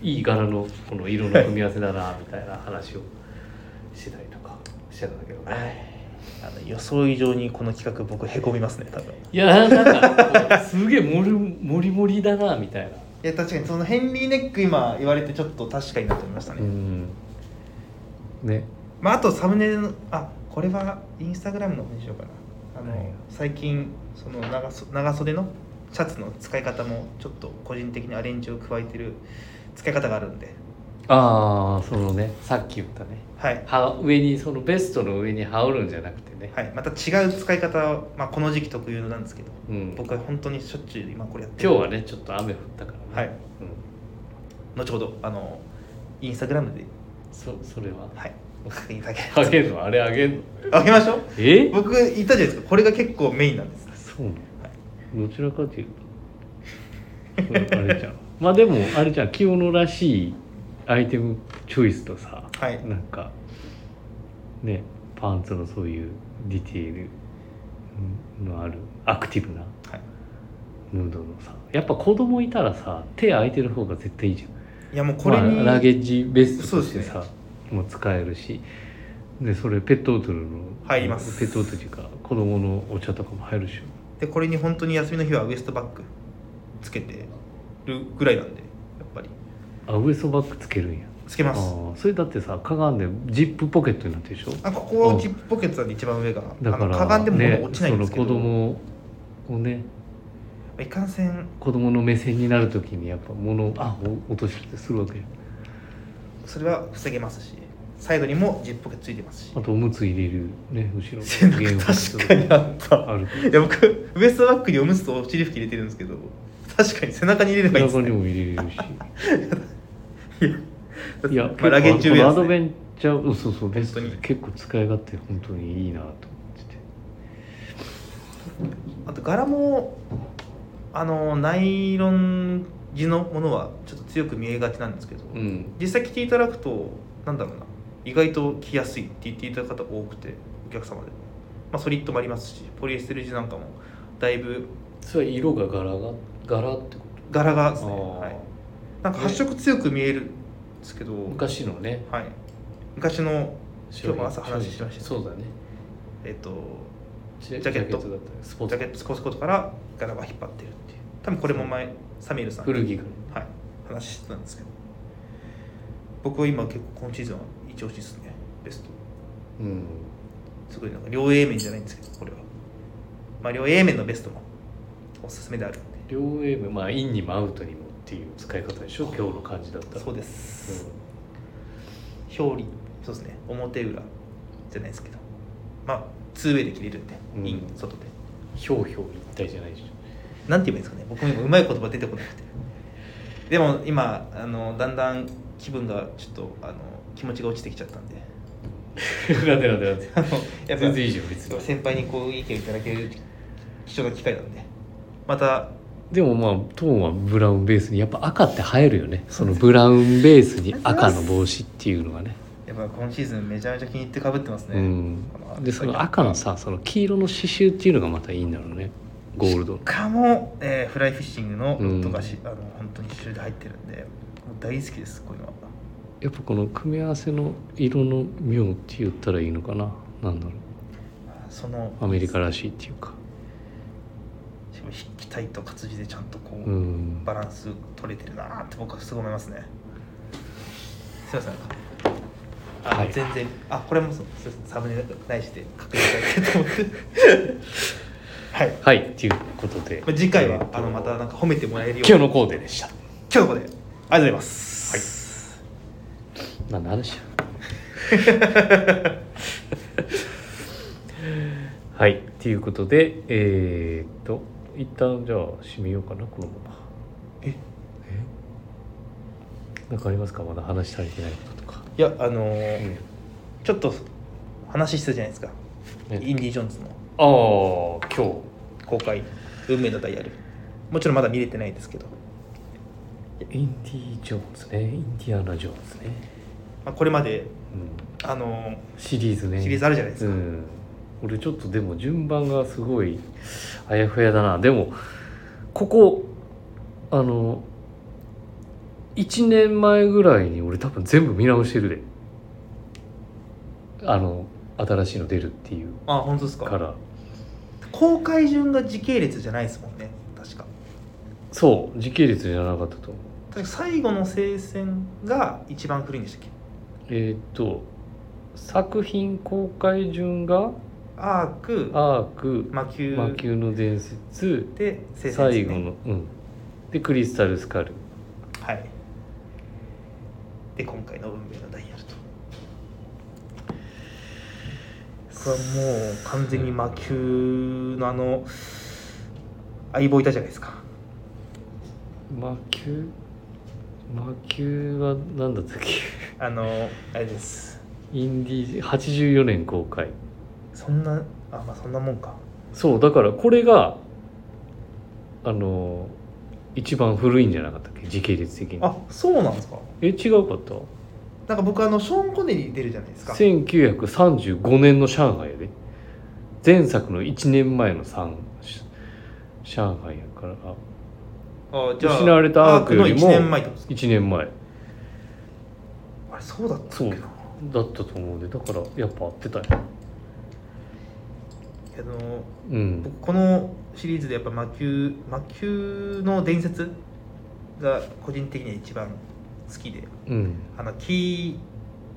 [SPEAKER 2] りいい柄のこの色の組み合わせだなみたいな話をしてたりとかしてたんだけどね、い、
[SPEAKER 1] あの予想以上にこの企画僕へこみますね多分
[SPEAKER 2] やなんかこうすげえもりもりもりだなみたいな。
[SPEAKER 1] いや確かにそのヘンリーネック今言われてちょっと確かになと思いましたね、
[SPEAKER 2] んね
[SPEAKER 1] まあ、あとサムネイルのあこれはインスタグラムの方にしようかなあの、
[SPEAKER 2] はい
[SPEAKER 1] 最近その長そ長袖のシャツの使い方もちょっと個人的にアレンジを加えてる使い方があるんで
[SPEAKER 2] ああそのねさっき言ったね
[SPEAKER 1] はい、
[SPEAKER 2] は上にそのベストの上に羽織るんじゃなくてね、
[SPEAKER 1] はい、また違う使い方を、まあ、この時期特有のなんですけど
[SPEAKER 2] うん、今
[SPEAKER 1] 僕は本当にしょっちゅう今これやって
[SPEAKER 2] 日
[SPEAKER 1] る
[SPEAKER 2] はねちょっと雨降ったからね、
[SPEAKER 1] はい
[SPEAKER 2] うん、
[SPEAKER 1] 後ほどあのインスタグラムで
[SPEAKER 2] そそれは
[SPEAKER 1] はいお確認いた だけ
[SPEAKER 2] あげんのあれあげんの
[SPEAKER 1] あげましょう
[SPEAKER 2] え
[SPEAKER 1] 僕言ったじゃないですかこれが結構メインなんです
[SPEAKER 2] そうなのどちらかというとうん あれじゃんまあでもあれじゃん清野らしいアイテムチョイスとさ、
[SPEAKER 1] はい
[SPEAKER 2] なんかねパンツのそういうディテールうんのあるアクティブな
[SPEAKER 1] はい
[SPEAKER 2] ムードのさやっぱ子供いたらさ手空いてる方が絶対いいじゃん
[SPEAKER 1] いやもうこれに、
[SPEAKER 2] まあ、ラゲッジベストとして
[SPEAKER 1] そ
[SPEAKER 2] さもう使えるしでそれペットボトルの
[SPEAKER 1] 入ります
[SPEAKER 2] ペットボトルっていうか子供のお茶とかも入るし
[SPEAKER 1] でこれに本当に休みの日はウエストバッグつけてるぐらいなんでやっぱり
[SPEAKER 2] あウエストバッグつけるんや
[SPEAKER 1] つけ
[SPEAKER 2] あ
[SPEAKER 1] ます
[SPEAKER 2] ーそれだってさかがんでジップポケットになってるでしょ
[SPEAKER 1] あここ
[SPEAKER 2] う
[SPEAKER 1] は
[SPEAKER 2] ん
[SPEAKER 1] ジップポケットなんで一番上が
[SPEAKER 2] だか
[SPEAKER 1] あの
[SPEAKER 2] ら
[SPEAKER 1] かがんでも
[SPEAKER 2] ね
[SPEAKER 1] 物落ちないんですけど、
[SPEAKER 2] その子供をね
[SPEAKER 1] いかんせん
[SPEAKER 2] 子供の目線になるときにやっぱ物をあお落としてするわけよ
[SPEAKER 1] それは防げますしサイドにもジップポケットついてますし
[SPEAKER 2] あ とおむつ入れるね後ろ
[SPEAKER 1] 洗
[SPEAKER 2] ゲーム
[SPEAKER 1] 濯確かにあった
[SPEAKER 2] あるから
[SPEAKER 1] いや僕ウエストバッグにおむつとお尻拭き入れてるんですけど確かに背中に入れればいいです
[SPEAKER 2] 中
[SPEAKER 1] ね
[SPEAKER 2] にも入れ れるしいや、
[SPEAKER 1] まあ、ラゲッジウェ
[SPEAKER 2] 結構
[SPEAKER 1] アで
[SPEAKER 2] このアド
[SPEAKER 1] す、
[SPEAKER 2] ベ
[SPEAKER 1] ね、
[SPEAKER 2] ンチャー、うんそうそう、ベスト
[SPEAKER 1] 本当
[SPEAKER 2] に
[SPEAKER 1] に
[SPEAKER 2] 結構使い勝手、本当にいいなと思ってて。
[SPEAKER 1] あと柄もあのナイロン地のものはちょっと強く見えがちなんですけど、
[SPEAKER 2] ん。
[SPEAKER 1] 実際着ていただくとなんだろうな意外と着やすいって言っていただく方多くてお客様で、まあ、ソリッドもありますしポリエステル地なんかもだいぶ
[SPEAKER 2] それは色が柄が、柄ってこ
[SPEAKER 1] 柄がで
[SPEAKER 2] と
[SPEAKER 1] すね、はい、な
[SPEAKER 2] あ
[SPEAKER 1] んか発色強く見えるんですけど、
[SPEAKER 2] ー昔のね、
[SPEAKER 1] はい、昔の今日も朝
[SPEAKER 2] 商品
[SPEAKER 1] 話しましたね
[SPEAKER 2] そうだね。
[SPEAKER 1] えっ、と
[SPEAKER 2] ジャ
[SPEAKER 1] ジャケット
[SPEAKER 2] だったねスポー
[SPEAKER 1] ジ
[SPEAKER 2] ツ
[SPEAKER 1] ャケットスコスコとから柄は引っ張ってるっていう多分これも前サミールさん
[SPEAKER 2] 古着がね
[SPEAKER 1] はい話してたんですけど僕は今結構今シーズンは一押しですねベスト
[SPEAKER 2] うん。
[SPEAKER 1] すごいなんか両 A 面じゃないんですけどこれはまあ両 A 面のベストもおすすめであるんで
[SPEAKER 2] 両 A も、まあ、インにもアウトにもっていう使い方でしょ、今日の感じだったら。
[SPEAKER 1] そう
[SPEAKER 2] う
[SPEAKER 1] です、
[SPEAKER 2] ん
[SPEAKER 1] 表裏そうですね表裏じゃないですけどまあ 2way で切れるんで、
[SPEAKER 2] うん
[SPEAKER 1] イン外で
[SPEAKER 2] ひょうひょう一体じゃないでしょ。
[SPEAKER 1] なんて言えばいいんですかね僕も今うまい言葉出てこなくてでも今あのだんだん気分がちょっとあの気持ちが落ちてきちゃったんで
[SPEAKER 2] なんでなんでなんで
[SPEAKER 1] あ。のやっぱ
[SPEAKER 2] 全然いいじゃん、別に。
[SPEAKER 1] 先輩にこう意見いただける貴重な機会なんでまた
[SPEAKER 2] でもまあトーンはブラウ ンベースにやっぱ赤って映えるよねそのブラウンベースに赤の帽子っていうのがね
[SPEAKER 1] いややっぱ今シーズンめちゃめちゃ気に入ってかぶってますね、
[SPEAKER 2] うん、でその赤のさその黄色の刺繍っていうのがまたいいんだろうねゴールド
[SPEAKER 1] しかも、えーフライフィッシングの
[SPEAKER 2] う
[SPEAKER 1] ロ
[SPEAKER 2] ん
[SPEAKER 1] ッドがし、あの本当に一緒で入ってるんでもう大好きですこういうのは
[SPEAKER 2] やっぱこの組み合わせの色の妙って言ったらいいのかななんだろ
[SPEAKER 1] その
[SPEAKER 2] うアメリカらしいっていうか
[SPEAKER 1] しかも筆記体と活字でちゃんとこう、
[SPEAKER 2] うん
[SPEAKER 1] バランス取れてるなーって僕はすごい思いますねすいませんあ、
[SPEAKER 2] はい
[SPEAKER 1] 全然あこれもそうすいませんサムネないしで確認したいけどはい、
[SPEAKER 2] はいということで
[SPEAKER 1] まあ、次回
[SPEAKER 2] え
[SPEAKER 1] は
[SPEAKER 2] ーと
[SPEAKER 1] あのまたなんか褒めてもらえるよう
[SPEAKER 2] 今日のコーデでした
[SPEAKER 1] 今日のここでありがとうございます、
[SPEAKER 2] 何の話やはいということでえー、っと一旦じゃあ締めようかなこのまま
[SPEAKER 1] え
[SPEAKER 2] なんかありますかまだ話し足りてないこととか、
[SPEAKER 1] いやあのーちょっと話したじゃないですか、インディ・ジョーンズの
[SPEAKER 2] ああ今日
[SPEAKER 1] 公開運命のダイヤルもちろんまだ見れてないですけど、
[SPEAKER 2] インディ・ジョーンズねインディアナ・ジョーンズね、
[SPEAKER 1] まあ、これまで
[SPEAKER 2] うん、
[SPEAKER 1] あの
[SPEAKER 2] シリーズね
[SPEAKER 1] シリーズあるじゃないですか
[SPEAKER 2] うん、俺ちょっとでも順番がすごいあやふやだなでもここあの1年前ぐらいに俺多分全部見直してるであの新しいの出るっていう
[SPEAKER 1] ーあ本当ですか
[SPEAKER 2] から
[SPEAKER 1] 公開順が時系列じゃないですもんね確か
[SPEAKER 2] そう時系列じゃなかったと思う
[SPEAKER 1] 確か最後の聖戦が一番古いんでしたっけ
[SPEAKER 2] えーっと作品公開順が
[SPEAKER 1] アーク
[SPEAKER 2] アーク
[SPEAKER 1] 魔球
[SPEAKER 2] 魔球の伝説
[SPEAKER 1] で聖戦です
[SPEAKER 2] 最
[SPEAKER 1] ね
[SPEAKER 2] 後のうんでクリスタルスカル
[SPEAKER 1] はいで今回の運命のダイヤルとこれはもう完全に魔球のあの相棒いたじゃないですか
[SPEAKER 2] 魔球魔球は何だったっけ
[SPEAKER 1] あのあれです
[SPEAKER 2] インディー84年公開
[SPEAKER 1] そんなあまあそんなもんか
[SPEAKER 2] そうだからこれがあの一番古いんじゃなかったっけ時系列的に
[SPEAKER 1] あそうなんですか
[SPEAKER 2] え違うかった
[SPEAKER 1] なんか僕あのショーン・コネリー出るじゃないですか
[SPEAKER 2] 1935年の上海やで前作の1年前の3上海やからあ
[SPEAKER 1] あ
[SPEAKER 2] 失われたアークよりも
[SPEAKER 1] アークの1年前ってことですか
[SPEAKER 2] 1年前
[SPEAKER 1] あれそうだったっけな
[SPEAKER 2] そうだったと思うんでだからやっぱ合ってたよ
[SPEAKER 1] あの
[SPEAKER 2] うん
[SPEAKER 1] 僕このシリーズでやっぱ魔球魔球の伝説が個人的には一番好きで
[SPEAKER 2] うん
[SPEAKER 1] あのキ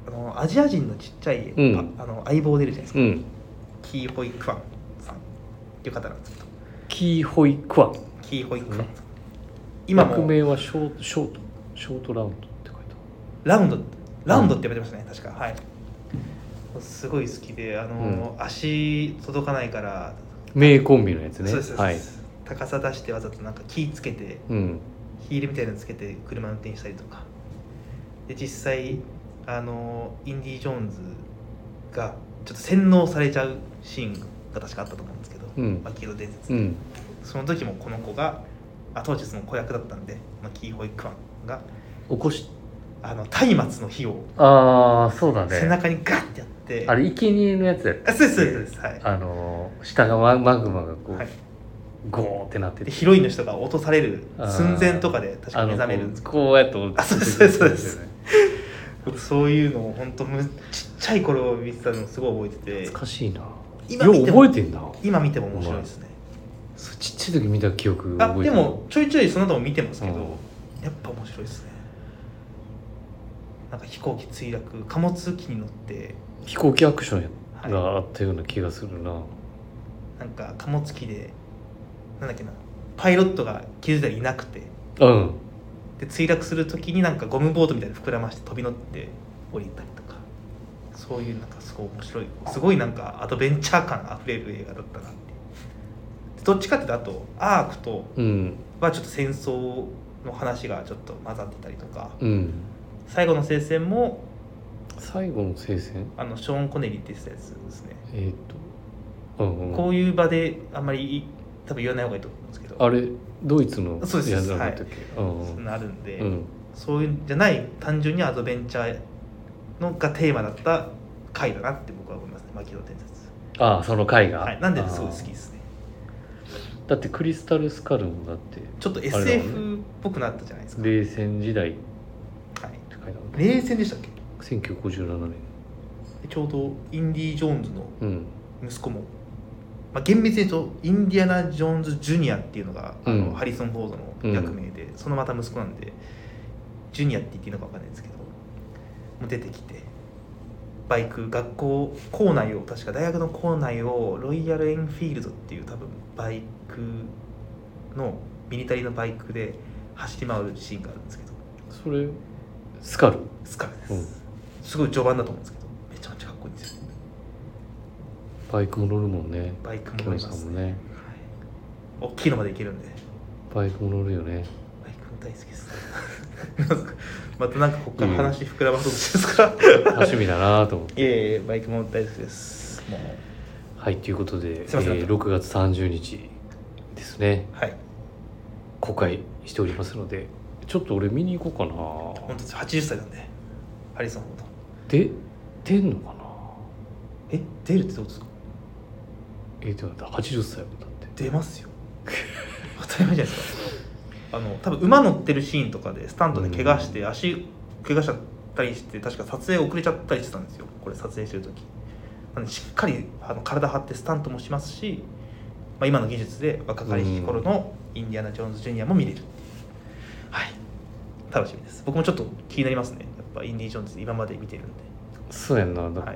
[SPEAKER 1] ーあのアジア人のちっちゃい、
[SPEAKER 2] うん
[SPEAKER 1] ああの相棒出るじゃないですか、
[SPEAKER 2] うん
[SPEAKER 1] キーホイクワンさんっていう方なんですけど
[SPEAKER 2] キーホイクワン
[SPEAKER 1] キーホイクワンさん、
[SPEAKER 2] ね
[SPEAKER 1] 今
[SPEAKER 2] 役
[SPEAKER 1] も
[SPEAKER 2] 名はショートショートショートラウンドって書いて
[SPEAKER 1] ラウンドラウンドって呼ばれてましたね、確かはいすごい好きであの、足届かないから、
[SPEAKER 2] ある名コンビのやつね
[SPEAKER 1] そうですそう
[SPEAKER 2] は
[SPEAKER 1] で
[SPEAKER 2] い
[SPEAKER 1] す、高さ出してわざとなんかキーつけて
[SPEAKER 2] うん
[SPEAKER 1] ヒールみたいなのつけて車運転したりとかで実際あのインディ・ジョーンズがちょっと洗脳されちゃうシーンが確かあったと思うんですけど「
[SPEAKER 2] うん
[SPEAKER 1] マキード伝説
[SPEAKER 2] う
[SPEAKER 1] で」
[SPEAKER 2] ん
[SPEAKER 1] その時もこの子があ当時その子役だったんで、まあ、キーホイクワンが
[SPEAKER 2] 起こし
[SPEAKER 1] あの松明の火を
[SPEAKER 2] ああそうだ
[SPEAKER 1] 背
[SPEAKER 2] ね
[SPEAKER 1] 中にガッてやって、
[SPEAKER 2] あれ生贄のやつや
[SPEAKER 1] あそうですそうですそうですはい、
[SPEAKER 2] あのー下がママグマがこう、
[SPEAKER 1] はい、
[SPEAKER 2] ゴーってなって
[SPEAKER 1] で
[SPEAKER 2] て
[SPEAKER 1] ヒロインの人が落とされる
[SPEAKER 2] あー
[SPEAKER 1] 寸前とかで確か目覚めるんですけど
[SPEAKER 2] あのこうこうやって落
[SPEAKER 1] あそうですそうですそうです僕そういうのを本当むちっちゃい頃見てたのすごい覚えてて
[SPEAKER 2] 懐かしいな
[SPEAKER 1] 今
[SPEAKER 2] よ
[SPEAKER 1] 見
[SPEAKER 2] う
[SPEAKER 1] ても
[SPEAKER 2] 覚えてんだ
[SPEAKER 1] 今見ても面白いですね
[SPEAKER 2] そうちっちゃい時見た記憶
[SPEAKER 1] あ
[SPEAKER 2] 覚えて
[SPEAKER 1] で
[SPEAKER 2] る
[SPEAKER 1] もちょいちょいその後も見てますけど、
[SPEAKER 2] うん
[SPEAKER 1] やっぱ面白いですねなんか飛行機墜落貨物機に乗って
[SPEAKER 2] 飛行機アクションや
[SPEAKER 1] はい
[SPEAKER 2] があったような気がするな、
[SPEAKER 1] なんか貨物機でなんだっけなパイロットが気づいたらいなくて
[SPEAKER 2] うん
[SPEAKER 1] で墜落する時になんかゴムボートみたいに膨らまして飛び乗って降りたりとかそういうなんかすごい面白いすごいなんかアドベンチャー感あふれる映画だったなってでどっちかっていうとあとアークと
[SPEAKER 2] うん
[SPEAKER 1] はちょっと戦争の話がちょっと混ざってたりとか
[SPEAKER 2] うん
[SPEAKER 1] 最後の聖戦も
[SPEAKER 2] 最後の聖戦
[SPEAKER 1] あのショーン・コネリーって言ってたやつですね
[SPEAKER 2] えーっと、うんうん、
[SPEAKER 1] こういう場であんまり多分言わない方がいいと思うんですけど
[SPEAKER 2] あれドイツの
[SPEAKER 1] そうです
[SPEAKER 2] やつなかったっけ、
[SPEAKER 1] そういうのあるんで、
[SPEAKER 2] うんうん
[SPEAKER 1] そういうんじゃない単純にアドベンチャーのがテーマだった回だなって僕は思いますね「牧野伝説
[SPEAKER 2] ああその回」が、
[SPEAKER 1] はい、なんですごい
[SPEAKER 2] あ
[SPEAKER 1] 好
[SPEAKER 2] あ
[SPEAKER 1] きですね
[SPEAKER 2] だってクリスタルスカルもだって
[SPEAKER 1] ちょっと
[SPEAKER 2] あれだも
[SPEAKER 1] SF っぽくなったじゃないですか、
[SPEAKER 2] 冷戦時代って
[SPEAKER 1] はい、
[SPEAKER 2] 書いてある
[SPEAKER 1] 冷戦でしたっけ
[SPEAKER 2] 1957年
[SPEAKER 1] でちょうどインディ・ジョーンズの
[SPEAKER 2] うん
[SPEAKER 1] 息子も、まあ、厳密に言うとインディアナ・ジョーンズ・ジュニアっていうのがあの、
[SPEAKER 2] うん
[SPEAKER 1] ハリソン・フォードの役名で、そのまた息子なんでジュニアって言っていいのか分かんないですけどもう出てきてバイク学校校内を確か大学の校内をロイヤル・エンフィールドっていう多分バイクのミリタリーのバイクで走り回るシーンがあるんですけど
[SPEAKER 2] それスカル
[SPEAKER 1] スカルです、
[SPEAKER 2] うん
[SPEAKER 1] すごい序盤だと思うんですけどめちゃめちゃかっこいいんですよ
[SPEAKER 2] バイクも乗るもんね
[SPEAKER 1] バイクも
[SPEAKER 2] キ
[SPEAKER 1] 乗
[SPEAKER 2] ム
[SPEAKER 1] り
[SPEAKER 2] さ
[SPEAKER 1] ま
[SPEAKER 2] ん
[SPEAKER 1] す
[SPEAKER 2] も
[SPEAKER 1] ね
[SPEAKER 2] ね
[SPEAKER 1] 大きいのまでいけるんで
[SPEAKER 2] バイクも乗るよね
[SPEAKER 1] バイクも大好き です。またなんかこっから話膨らまそうとしてですから。い
[SPEAKER 2] あ趣味だなと思って
[SPEAKER 1] えいえ、バイクも大好きです。もう
[SPEAKER 2] はいということで、え
[SPEAKER 1] すいません
[SPEAKER 2] ー6月30日ですね
[SPEAKER 1] はい。
[SPEAKER 2] 公開しておりますのでちょっと俺見に行こうか
[SPEAKER 1] 本
[SPEAKER 2] な
[SPEAKER 1] 当八十歳なんで。ハリソンフォード。
[SPEAKER 2] で出んのかな
[SPEAKER 1] え、出るってどうですか。
[SPEAKER 2] えー、でもだ80歳もだって
[SPEAKER 1] 出ますよ。当たり前じゃないですか。あの、多分馬乗ってるシーンとかで、スタントで怪我して、足怪我しちゃったりして、確か撮影遅れちゃったりしてたんですよ。これ撮影してる時。なんで、しっかり、あの、体張ってスタントもしますし。まあ、今の技術で若かりし頃のインディアナ・ジョーンズ・ジュニアも見れるっていうはい楽しみです僕もちょっと気になりますねやっぱインディ・ジョーンズ今まで見てるんで
[SPEAKER 2] そうやんなだから、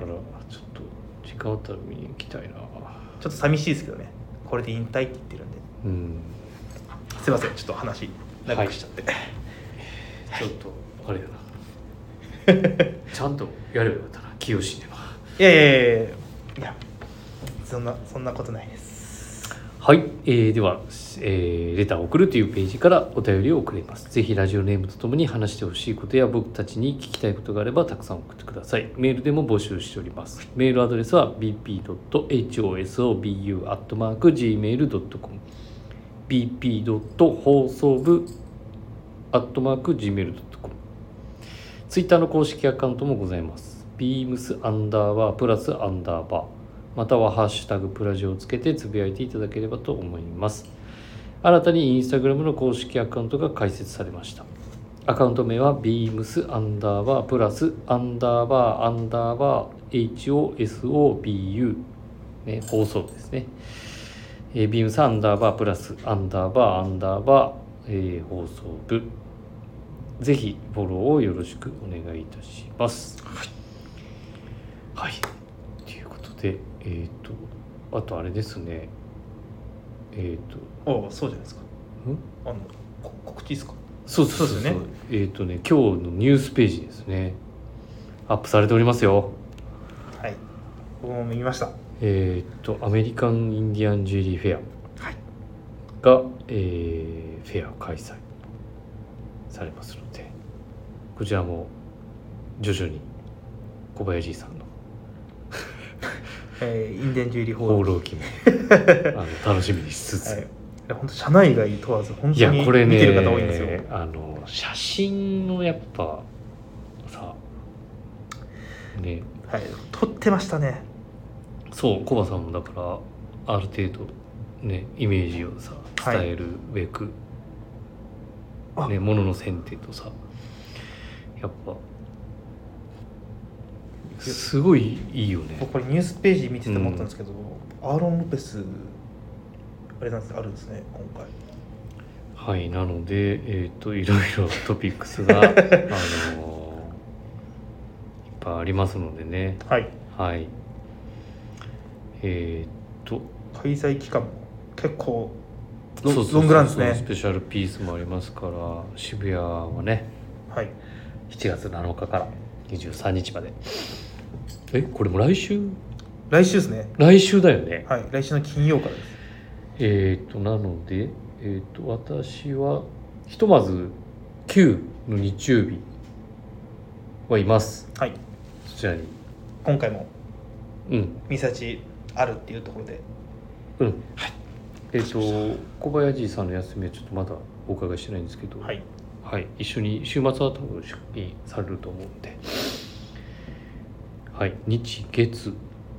[SPEAKER 1] はい
[SPEAKER 2] ちょっと時間あったら見に行きたいな
[SPEAKER 1] ちょっと寂しいですけどねこれで引退って言ってるんで
[SPEAKER 2] うん
[SPEAKER 1] すいませんちょっと話長くしちゃって、
[SPEAKER 2] ちょっとあれや なちゃんとやればよかったな清シネマ
[SPEAKER 1] い、やいやいやいやいやそんなそんなことないです
[SPEAKER 2] はい、えーでは、えーレターを送るというページからお便りを送れます。ぜひラジオネームとともに話してほしいことや僕たちに聞きたいことがあればたくさん送ってください。メールでも募集しております。メールアドレスは bp.hosobu.gmail.com bp. 放送部 .gmail.com ツイッターの公式アカウントもございます。beams アンダーバープラスアンダーバーまたは「ハッシュタグプラジオ」をつけてつぶやいていただければと思います新たにインスタグラムの公式アカウントが開設されましたアカウント名は beams アンダーバープラスアンダーバーアンダーバー HOSOBU、ね、放送部ですね、えー、beams アンダーバープラスアンダーバーアンダーバー、えー放送部ぜひフォローをよろしくお願いいたしますはい、ということでえっ、とあとあれですねえっ、と
[SPEAKER 1] おおそうじゃないですかあ
[SPEAKER 2] ん
[SPEAKER 1] のこ告知ですか
[SPEAKER 2] そうそう
[SPEAKER 1] そ
[SPEAKER 2] そうう
[SPEAKER 1] です
[SPEAKER 2] そう
[SPEAKER 1] よね
[SPEAKER 2] えっ、とね今日のニュースページですねアップされておりますよ
[SPEAKER 1] はい僕も見ました
[SPEAKER 2] えっ、とアメリカン・インディアン・ジュエリー・フェ
[SPEAKER 1] はい
[SPEAKER 2] アが、えーフェアを開催されますのでこちらも徐々に小林さんの
[SPEAKER 1] えー、インデンジュエリーホ
[SPEAKER 2] 放
[SPEAKER 1] ール
[SPEAKER 2] 浪 記もあの楽しみにしつつ、
[SPEAKER 1] はいいや本当社内外問わず本
[SPEAKER 2] い
[SPEAKER 1] 当
[SPEAKER 2] や
[SPEAKER 1] に
[SPEAKER 2] これ
[SPEAKER 1] 見
[SPEAKER 2] ね
[SPEAKER 1] てる方多いんですよ、
[SPEAKER 2] あの写真のやっぱさね
[SPEAKER 1] はい撮ってましたね
[SPEAKER 2] そうコバさんもだからある程度ねイメージをさ
[SPEAKER 1] はい
[SPEAKER 2] 伝えるべく、
[SPEAKER 1] あ
[SPEAKER 2] ねものの選定とさやっぱすごいいいよね
[SPEAKER 1] 僕これニュースページ見てて思ったんですけど、アーロン・ロペスあれなんですあるんですね今回
[SPEAKER 2] はいなのでえっ、といろいろ トピックス があのーいっぱいありますのでね
[SPEAKER 1] はい
[SPEAKER 2] はい。えーっと、
[SPEAKER 1] 開催期間も結構ロ
[SPEAKER 2] そうそうそう
[SPEAKER 1] ロングランです
[SPEAKER 2] ス
[SPEAKER 1] ね
[SPEAKER 2] ペシャルピースもありますから、渋谷はね、
[SPEAKER 1] はい
[SPEAKER 2] 7月7日から23日まで。え、これも来週
[SPEAKER 1] 来週ですね
[SPEAKER 2] 来週だよね。
[SPEAKER 1] はい来週の金曜からです
[SPEAKER 2] えーっと、なので、えーっと、私は、ひとまず9の日曜日はいます。
[SPEAKER 1] はい
[SPEAKER 2] そちらに。
[SPEAKER 1] 今回も
[SPEAKER 2] うん。
[SPEAKER 1] 三幸あるっていうところで
[SPEAKER 2] うん。えーっと、小林さんの休みはちょっとまだお伺いしてないんですけど、
[SPEAKER 1] はい
[SPEAKER 2] はい、一緒に週末は多分出勤されると思うんではい日月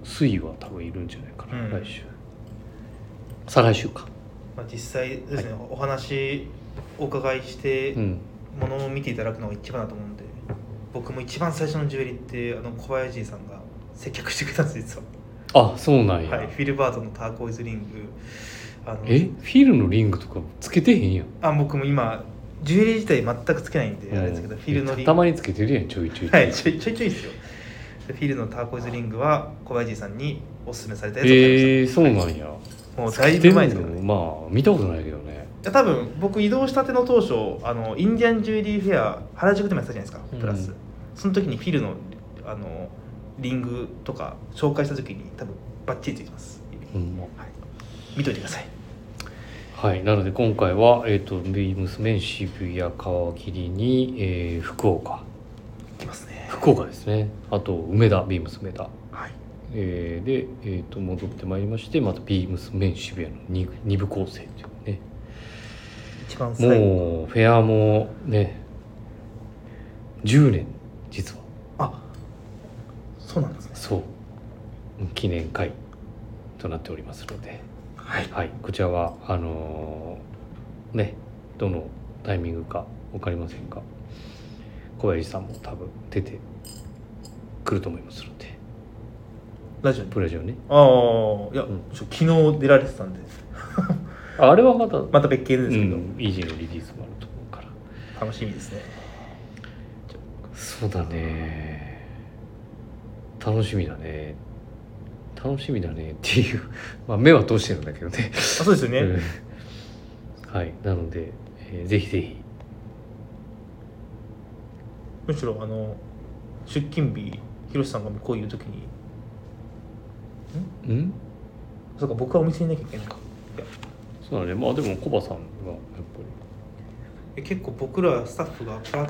[SPEAKER 2] 水は多分いるんじゃないかな、
[SPEAKER 1] うん
[SPEAKER 2] 来週再来週か
[SPEAKER 1] まあ、実際ですね、お話お伺いして、
[SPEAKER 2] うん
[SPEAKER 1] ものを見ていただくのが一番だと思うので僕も一番最初のジュエリーってあの小林爺さんが接客してくれたんです実は
[SPEAKER 2] あそうなんや、
[SPEAKER 1] はい、フィルバートのターコイズリングあの
[SPEAKER 2] えフィルのリングとかつけてへんやん
[SPEAKER 1] あ僕も今ジュエリー自体全くつけないんで、あれですけど
[SPEAKER 2] うん
[SPEAKER 1] フィルのリング
[SPEAKER 2] たまにつけてるやんちょいちょいちょ、
[SPEAKER 1] はいいちょいちょいちょいですよでフィルのターコイズリングは小林爺さんにおすすめされたやつを買いました、
[SPEAKER 2] えー、そうなんや、
[SPEAKER 1] もうだいぶ前ですけど
[SPEAKER 2] つ
[SPEAKER 1] ね
[SPEAKER 2] けてんのまあ見たことないけどね
[SPEAKER 1] いや多分僕移動したての当初あのインディアンジュエリーフェア原宿でもやってたじゃないですかプラス、
[SPEAKER 2] うん
[SPEAKER 1] その時にフィルのあのリングとか紹介した時に多分バッチリついてます、
[SPEAKER 2] ほんま
[SPEAKER 1] はい、見といてください
[SPEAKER 2] はい、なので今回は、えー、とビームスメン渋谷川切に、えー福岡
[SPEAKER 1] いきますね
[SPEAKER 2] 福岡ですねあと梅田ビームス梅田、
[SPEAKER 1] はい
[SPEAKER 2] えーで、えー、と戻ってまいりましてまたビームスメン渋谷の 2, 部構成というね
[SPEAKER 1] 一番最後
[SPEAKER 2] もうフェアもね10年実は
[SPEAKER 1] あそうなんですね
[SPEAKER 2] そう記念会となっておりますので
[SPEAKER 1] はい
[SPEAKER 2] はい、こちらはあのーねどのタイミングか分かりませんが小林さんも多分出てくると思いますので
[SPEAKER 1] ラジオに
[SPEAKER 2] プロラジオね
[SPEAKER 1] ああいや、
[SPEAKER 2] うん
[SPEAKER 1] ちょ昨日出られてたんで
[SPEAKER 2] ああれはまた、う
[SPEAKER 1] また別件ですけど、
[SPEAKER 2] ん、イージーのリリースもあると思うから
[SPEAKER 1] 楽しみですね
[SPEAKER 2] そうだね楽しみだね楽しみだねっていう まあ目は通してるんだけどね
[SPEAKER 1] あそうですよね、
[SPEAKER 2] うんはいなので、えーぜひぜひ
[SPEAKER 1] むしろあの出勤日ひろしさんが向こう言う時に
[SPEAKER 2] うん
[SPEAKER 1] そうか僕はお店にいなきゃいけないのかいや
[SPEAKER 2] そうだねまあでもコバさんがやっぱり
[SPEAKER 1] え結構僕らスタッフがパラっ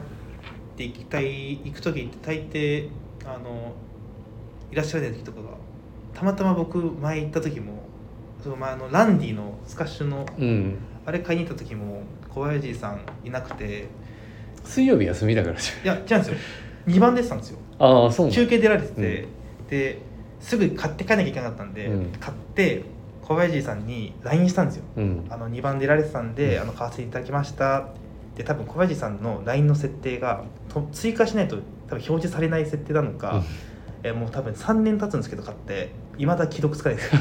[SPEAKER 1] て行きたい行く時って大抵あのいらっしゃらない時とかがたまたま僕前行った時もその前あのランディのスカッシュの
[SPEAKER 2] うん
[SPEAKER 1] あれ買いに行った時も小林さんいなくて
[SPEAKER 2] 水曜日休みだからじ
[SPEAKER 1] いや
[SPEAKER 2] ゃ
[SPEAKER 1] 違うんです よ2番出てたんですよ
[SPEAKER 2] ああーそうなん
[SPEAKER 1] 中継出られてて、ですぐ買って帰らなきゃいけなかったんで、
[SPEAKER 2] うん
[SPEAKER 1] 買って小林さんに LINE したんですよ
[SPEAKER 2] うん
[SPEAKER 1] あの2番出られてたんで、
[SPEAKER 2] うん
[SPEAKER 1] あの買わせていただきましたで多分小林さんの LINE の設定がと追加しないと多分表示されない設定なのか、
[SPEAKER 2] うん
[SPEAKER 1] えもう多分3年経つんですけど買っていまだ既読つかないです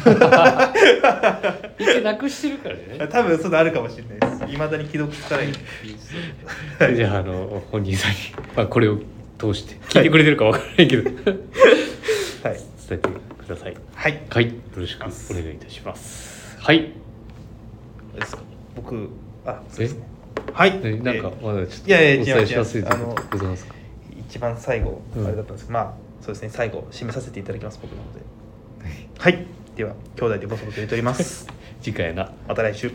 [SPEAKER 2] 一回なくしてるから
[SPEAKER 1] 多分そういうのあるかもしれないですいまだに既読つかない
[SPEAKER 2] ね じゃああの本人さんに、まあ、これを通して聞いてくれてるかわからない けど、伝
[SPEAKER 1] はい、
[SPEAKER 2] えてください
[SPEAKER 1] はい、
[SPEAKER 2] はいよろしくお願いいたしますはい
[SPEAKER 1] ですか僕あそうですねはい
[SPEAKER 2] えなんか
[SPEAKER 1] え
[SPEAKER 2] まだちょっと
[SPEAKER 1] いやいや
[SPEAKER 2] お伝えし忘れて
[SPEAKER 1] 違う違う違うあの
[SPEAKER 2] ることございますか
[SPEAKER 1] 一番最後
[SPEAKER 2] うん
[SPEAKER 1] あれだったんですけど、まあそうですね最後締めさせていただきます僕 なのではいでは兄弟でボソボソ言っております
[SPEAKER 2] 次回な
[SPEAKER 1] また来週